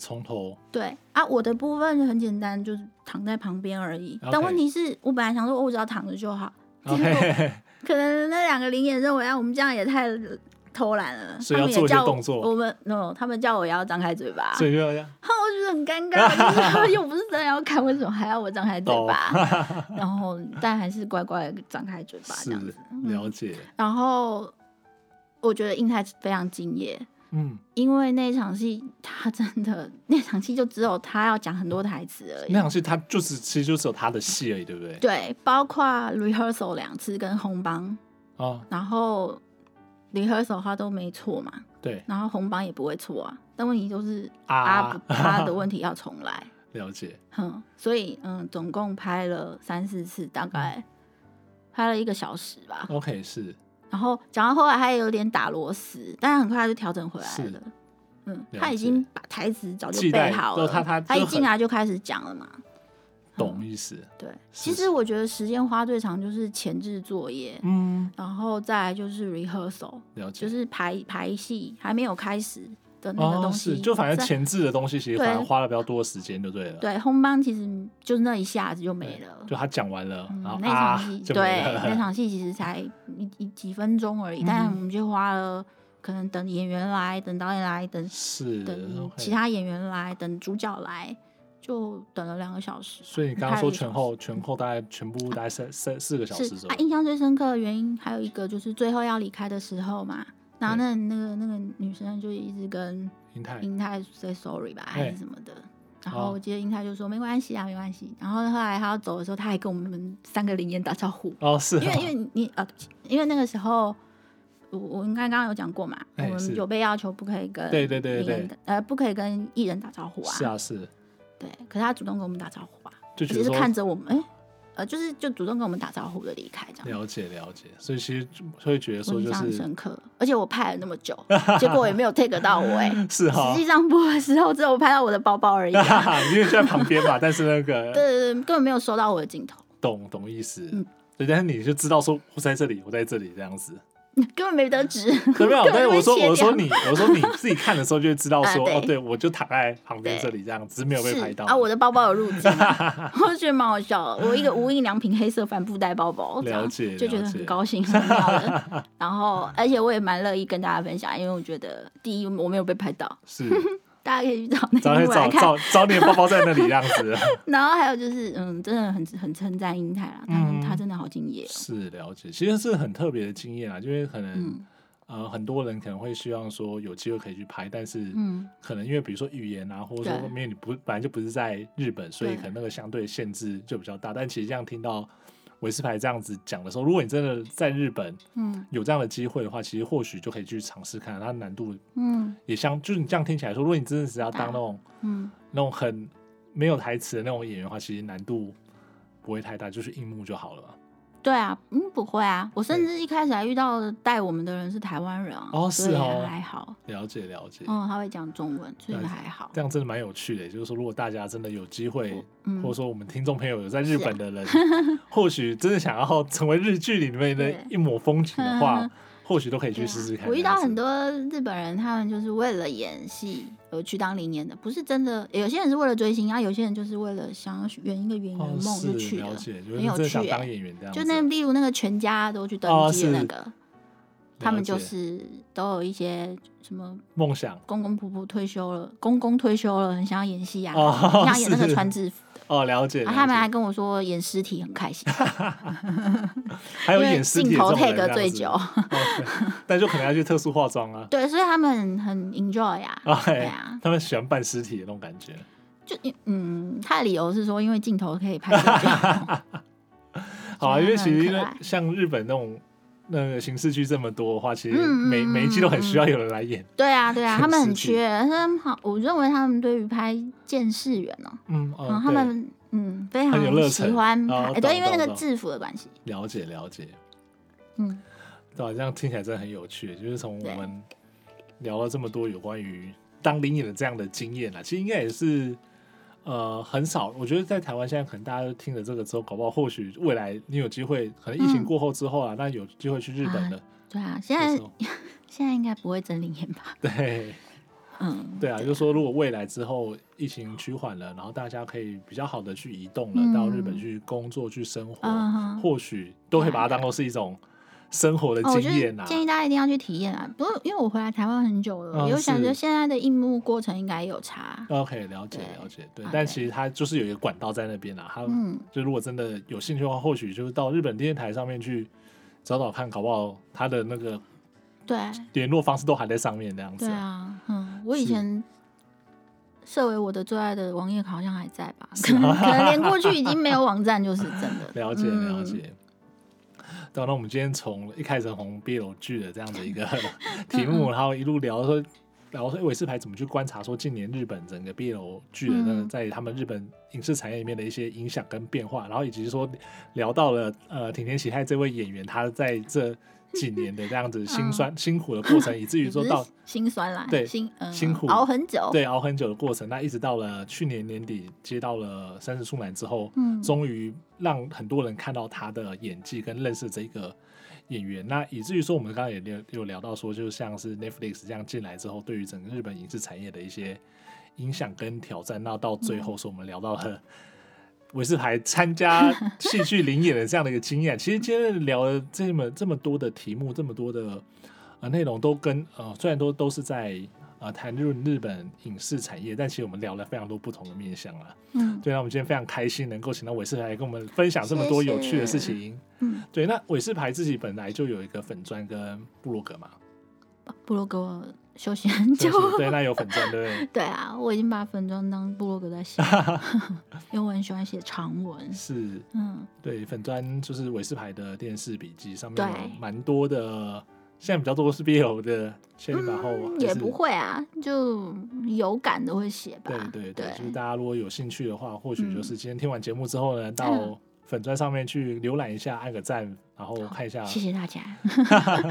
A: 从头
B: 对啊，我的部分很简单，就是躺在旁边而已。
A: OK
B: 但问题是我本来想说，哦我只要躺着就好。结果
A: OK，
B: 可能那两个灵眼认为啊，我们这样也太偷懒了，
A: 所
B: 他
A: 以要
B: 们
A: 做
B: 也
A: 一些
B: 叫
A: 动作
B: 我们 no，他们叫我也要张开嘴巴，
A: 所以啊就要
B: 然 后我觉得很尴 尬，就是他们 又不是真的要看，为什么还要我张开嘴
A: 懂，
B: 巴？ 然后但还是乖乖地张开嘴巴
A: 哦是
B: 这样子。
A: 了解，
B: 然后我觉得印太非常敬业，
A: 嗯，
B: 因为那场戏他真的那场戏就只有他要讲很多台词而已
A: 那。场戏他就是其实就只有他的戏而已，对不对？
B: 对，包括 rehearsal 两次跟红帮，
A: 啊，
B: 然后 rehearsal 他都没错嘛，
A: 对
B: 然后红帮也不会错啊，但问题就是啊
A: 啊
B: 不，他的问题要重来，
A: 了解，
B: 哼，所以嗯，总共拍了三四次，大概拍了一个小时吧。
A: OK 是
B: 然后讲到后来，他也有点打螺丝，但是很快他就调整回来
A: 是
B: 了。嗯，
A: 解
B: 他已经把台词早就
A: 记
B: 背
A: 在
B: 好
A: 都
B: 了，
A: 他他
B: 一
A: 就很
B: 进来就开始讲了嘛。嗯
A: 懂意思，
B: 对，
A: 是
B: 其实我觉得时间花最长就是前置作业，
A: 嗯，
B: 然后再来就是 rehearsal，
A: 了
B: 就
A: 解。
B: 是排排戏还没有开始的那个
A: 哦，
B: 东西，
A: 是，就反
B: 在
A: 正前置的东西，其实
B: 对
A: 反而花了比较多的时间，就对了。
B: 对，烘帮其实就是那一下子就没了。
A: 就他讲完了，然后
B: 嗯，那
A: 啊
B: 场戏、
A: 就没
B: 对 那
A: 了，
B: 场戏其实才一一几分钟而已，但
A: 嗯
B: 我们就花了可能等演员来，等导演来，等
A: 是
B: 等
A: OK
B: 嗯其他演员来，等主角来，就等了两个小时。
A: 所以你刚刚说
B: 拍了一个
A: 全后全后大概全部大概三三四个小时
B: 是
A: 左
B: 啊，
A: 右，
B: 印象最深刻的原因还有一个就是最后要离开的时候嘛，然后那那个那个女生就一直跟
A: 英泰
B: 英泰 say sorry 吧，还
A: 对
B: 是什么的。然
A: 哦
B: 后我记得英泰就说没关系啊，没关系。然后后来他要走的时候，他还跟我们三个灵眼打招呼，
A: 哦是哦，
B: 因为因为你呃，因为那个时候我我应该刚刚有讲过嘛，我
A: 哎是
B: 们有被要求不可以跟
A: 对对对
B: 名人
A: 对
B: 打呃不可以跟艺人打招呼啊，
A: 是啊是，
B: 对，可是他主动跟我们打招呼啊，
A: 就觉
B: 只
A: 得
B: 是
A: 说
B: 看着我们，哎、呃，就是就主动跟我们打招呼的离开这样。
A: 了解了解，所以其实会觉得
B: 我
A: 说
B: 印
A: 就
B: 象很
A: 是
B: 深刻，而且我拍了那么久， 结果也没有 take 到我 哎、
A: 是哈
B: 实，际上播的时候，只有拍到我的包包而已 啊、
A: 因为就在旁边 嘛，但是那
B: 对
A: 个
B: 对对，根本没有收到我的镜头，
A: 懂懂意思
B: 嗯，
A: 对，但是你就知道说我在这里，我在这里这样子，
B: 根本没得 指。
A: 对没有？
B: 根本
A: 但是
B: 就
A: 我
B: 被
A: 说
B: 切
A: 我说
B: 掉
A: 你我说你自己看的时候就会知道
B: 啊
A: 说
B: 对
A: 哦，对我就躺在旁边
B: 对
A: 这里这样，只是没有被
B: 是
A: 拍到
B: 啊，我的包包有入境啊， 我就觉得蛮好笑的。我一个无印良品黑色帆布袋包包，这样
A: 了解
B: 就觉
A: 了
B: 得
A: 解
B: 很高兴，很妙 的。然后，而且我也蛮乐意跟大家分享，因为我觉得第一我没有被拍到，
A: 是
B: 大家可以去找那
A: 找
B: 个来
A: 找
B: 看。
A: 找找你的包包在那里这样 子。
B: 然后还有就是，嗯，真的很很称赞英泰啦，他
A: 嗯
B: 他真的好敬业哦。
A: 是了解，其实是很特别的经验啊，因为可能、
B: 嗯
A: 呃很多人可能会希望说有机会可以去拍，但是
B: 嗯，
A: 可能因为比如说语言啊，或者说
B: 对
A: 因为你不本来就不是在日本，所以
B: 对
A: 可能那个相对限制就比较大。但其实这样听到维斯牌这样子讲的时候，如果你真的在日本
B: 嗯
A: 有这样的机会的话，其实或许就可以去尝试看，它难度
B: 嗯
A: 也相就是你这样听起来说，如果你真的是要当那种、
B: 嗯，
A: 那种很没有台词的那种演员的话，其实难度不会太大，就是硬幕就好了嘛。
B: 对啊，嗯，不会啊。我甚至一开始还遇到的带我们的人是台湾人啊，
A: 哦
B: 所
A: 是
B: 以
A: 哦
B: 还好。
A: 了解了解，
B: 嗯，他会讲中文，所以
A: 了解啊
B: 还好。
A: 这样真的蛮有趣的。就是说，如果大家真的有机会，
B: 嗯
A: 或者说我们听众朋友有在日本的人，或许真的想要成为日剧里面的
B: 对
A: 一抹风景的话
B: 嗯，
A: 或许都可以去
B: 对
A: 试试
B: 啊
A: 看。
B: 我遇到很
A: 多
B: 多日本人，他们就是为了演戏而去当零演的，不是真的。有些人是为了追星，然、啊后有些人就是为了想要圆一个圆
A: 哦
B: 圆，梦就去
A: 是
B: 了。
A: 了解，就是
B: 很有
A: 真的
B: 趣
A: 想
B: 欸
A: 当演员这样子。
B: 就那例如那个全家都去
A: 哦
B: 登记的那
A: 是
B: 个，他们就
A: 了解
B: 是都有一些什么
A: 梦想
B: 公公婆婆退休了，公公退休了，很想要演戏啊，
A: 哦
B: 很想演那 个
A: 是
B: 穿制服的，
A: 哦，了解。
B: 啊他们
A: 了
B: 还
A: 解
B: 跟我说演尸体很 开心，
A: 还有
B: 因为
A: 演尸体的
B: 镜
A: 这
B: 头
A: 种人
B: take 最久，
A: 这样子哦对 但就可能要去特殊化妆啊。
B: 对，所以他们很 enjoy 啊， 对
A: 哎
B: 啊，，
A: 他们喜欢扮尸体的那种感觉。
B: 就嗯，他的理由是说因为镜头可以拍最久，
A: 好啊，因为
B: 觉
A: 其实
B: 得很
A: 因为
B: 可爱
A: 像日本那种那个刑事剧这么多的话，其实
B: 嗯
A: 每
B: 嗯
A: 每一季都很
B: 嗯
A: 需要有人来演。
B: 对啊 对啊，他们
A: 很
B: 很
A: 实际
B: 缺，他们好，我认为他们对于拍见识员哦，
A: 嗯，
B: 然
A: 哦
B: 后，他
A: 对
B: 们嗯非
A: 很有热
B: 常
A: 忱
B: 喜欢拍，
A: 哦
B: 哎
A: 懂
B: 对，因为
A: 懂
B: 那个
A: 懂
B: 制服的关系，
A: 了解了解，
B: 嗯，
A: 对啊吧、这样听起来真的很有趣，就是从我
B: 对
A: 们聊了这么多有关于当领演的这样的经验啊啦，其实应该也是呃很少。我觉得在台湾现在可能大家都听了这个之后，搞不好或许未来你有机会，可能疫情
B: 嗯
A: 过后之后啊，那有机会去日本
B: 啊
A: 了，
B: 对啊，现
A: 那时
B: 在
A: 候
B: 现在应该不会整理眼吧，
A: 对。
B: 嗯，
A: 对啊，就说如果未来之后疫情趋缓了，然后大家可以比较好的去移动了，
B: 嗯
A: 到日本去工作、去生活，
B: 嗯哼
A: 或许都会把它当做是一种生活的
B: 哦，我
A: 经
B: 就
A: 验啊
B: 是
A: 呐、
B: 建议大家一定要去体验啊！不过因为我回来台湾很久
A: 嗯
B: 了，我有想
A: 是
B: 着现在的印幕过程应该有差。
A: OK，了解
B: 对
A: 了解，对
B: 啊，
A: 但
B: 对
A: 其实它就是有一个管道在那边啊，它
B: 嗯，
A: 就如果真的有兴趣的话，或许就是到日本电视台上面去找找看，搞不好它的那个
B: 对
A: 联络方式都还在上面那样子
B: 对
A: 啊、
B: 啊，嗯，我以
A: 是
B: 前设为我的最爱的网页好像还在吧，
A: 是
B: 可能
A: 吗。
B: 可能连过去已经没有网站就是真的
A: 了解
B: 嗯
A: 了解。对啊，那我们今天从一开始红 BL 剧的这样的 一个
B: 嗯
A: 题目，然后一路聊说，聊说诶韦世牌怎么去观察说近年日本整个 BL 剧的那个
B: 嗯
A: 在他们日本影视产业里面的一些影响跟变化，然后以及说聊到了呃挺田喜太这位演员他在这几年的这样 子辛酸、辛苦的过程，以至于
B: 嗯也
A: 说
B: 不是
A: 到
B: 心酸啦，
A: 对
B: 辛嗯
A: 辛苦
B: 熬很久，
A: 对，熬很久的过程，那一直到了去年年底接到了《三十处男》之后，
B: 嗯
A: 终于让很多人看到他的演技跟认识这个演员，那以至于说我们刚刚也有有聊到说，就像是 Netflix 这样进来之后，对于整个日本影视产业的一些影响跟挑战，那到最后说我们聊到了。 韦斯牌参加戏剧领演的这样的一个经验，其实今天聊了这么这么多的题目，这么多的呃内容，都跟呃虽然都都是在呃谈论日本影视产业，但其实我们聊了非常多不同的面向啊。
B: 嗯
A: 对，那我们今天非常开心能够请到韦斯牌来跟我们分享这么多
B: 谢谢
A: 有趣的事情。
B: 嗯，
A: 对，那韦斯牌自己本来就有一个粉砖跟部落格 嘛，
B: 部落格我休息很久
A: 就，是对，那有粉砖对不对？
B: 对啊，我已经把粉妆当部落格在写， 因为我很喜欢写长文，
A: 是，
B: 嗯。
A: 对，粉砖就是韦斯牌的电视笔记，上面
B: 对
A: 有蛮多的，现在比较多是 BL 的切里马后，还
B: 也
A: 是
B: 不。会啊，就有感的会写吧
A: 对。对对，
B: 对
A: 就是大家如果有兴趣的话，或许就是
B: 嗯
A: 今天听完节目之后呢，到
B: 嗯
A: 粉砖上面去浏览一下，按个赞，然后看一下
B: 谢谢大家。
A: 对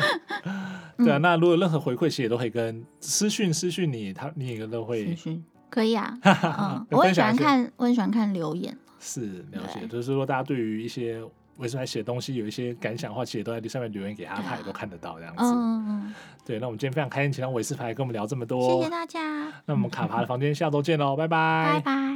B: 嗯
A: 啊，那如果有任何回馈，其实也都可以跟私讯私讯你，他你也都 会
B: 讯讯可以 啊，嗯，我
A: 分
B: 很喜
A: 享
B: 欢
A: 一些
B: 看，我很喜欢看留言。
A: 是了解，
B: 对
A: 就是说大家对于一些维斯牌写的东西有一些感想的话，其实都在上面留言给他，他也都看得到这样子。
B: 嗯，
A: 对，那我们今天非常开心，请到维斯牌跟我们聊这么
B: 谢
A: 多
B: 谢。大家，
A: 那我们卡爬的房间下周见喽，拜拜
B: 拜拜。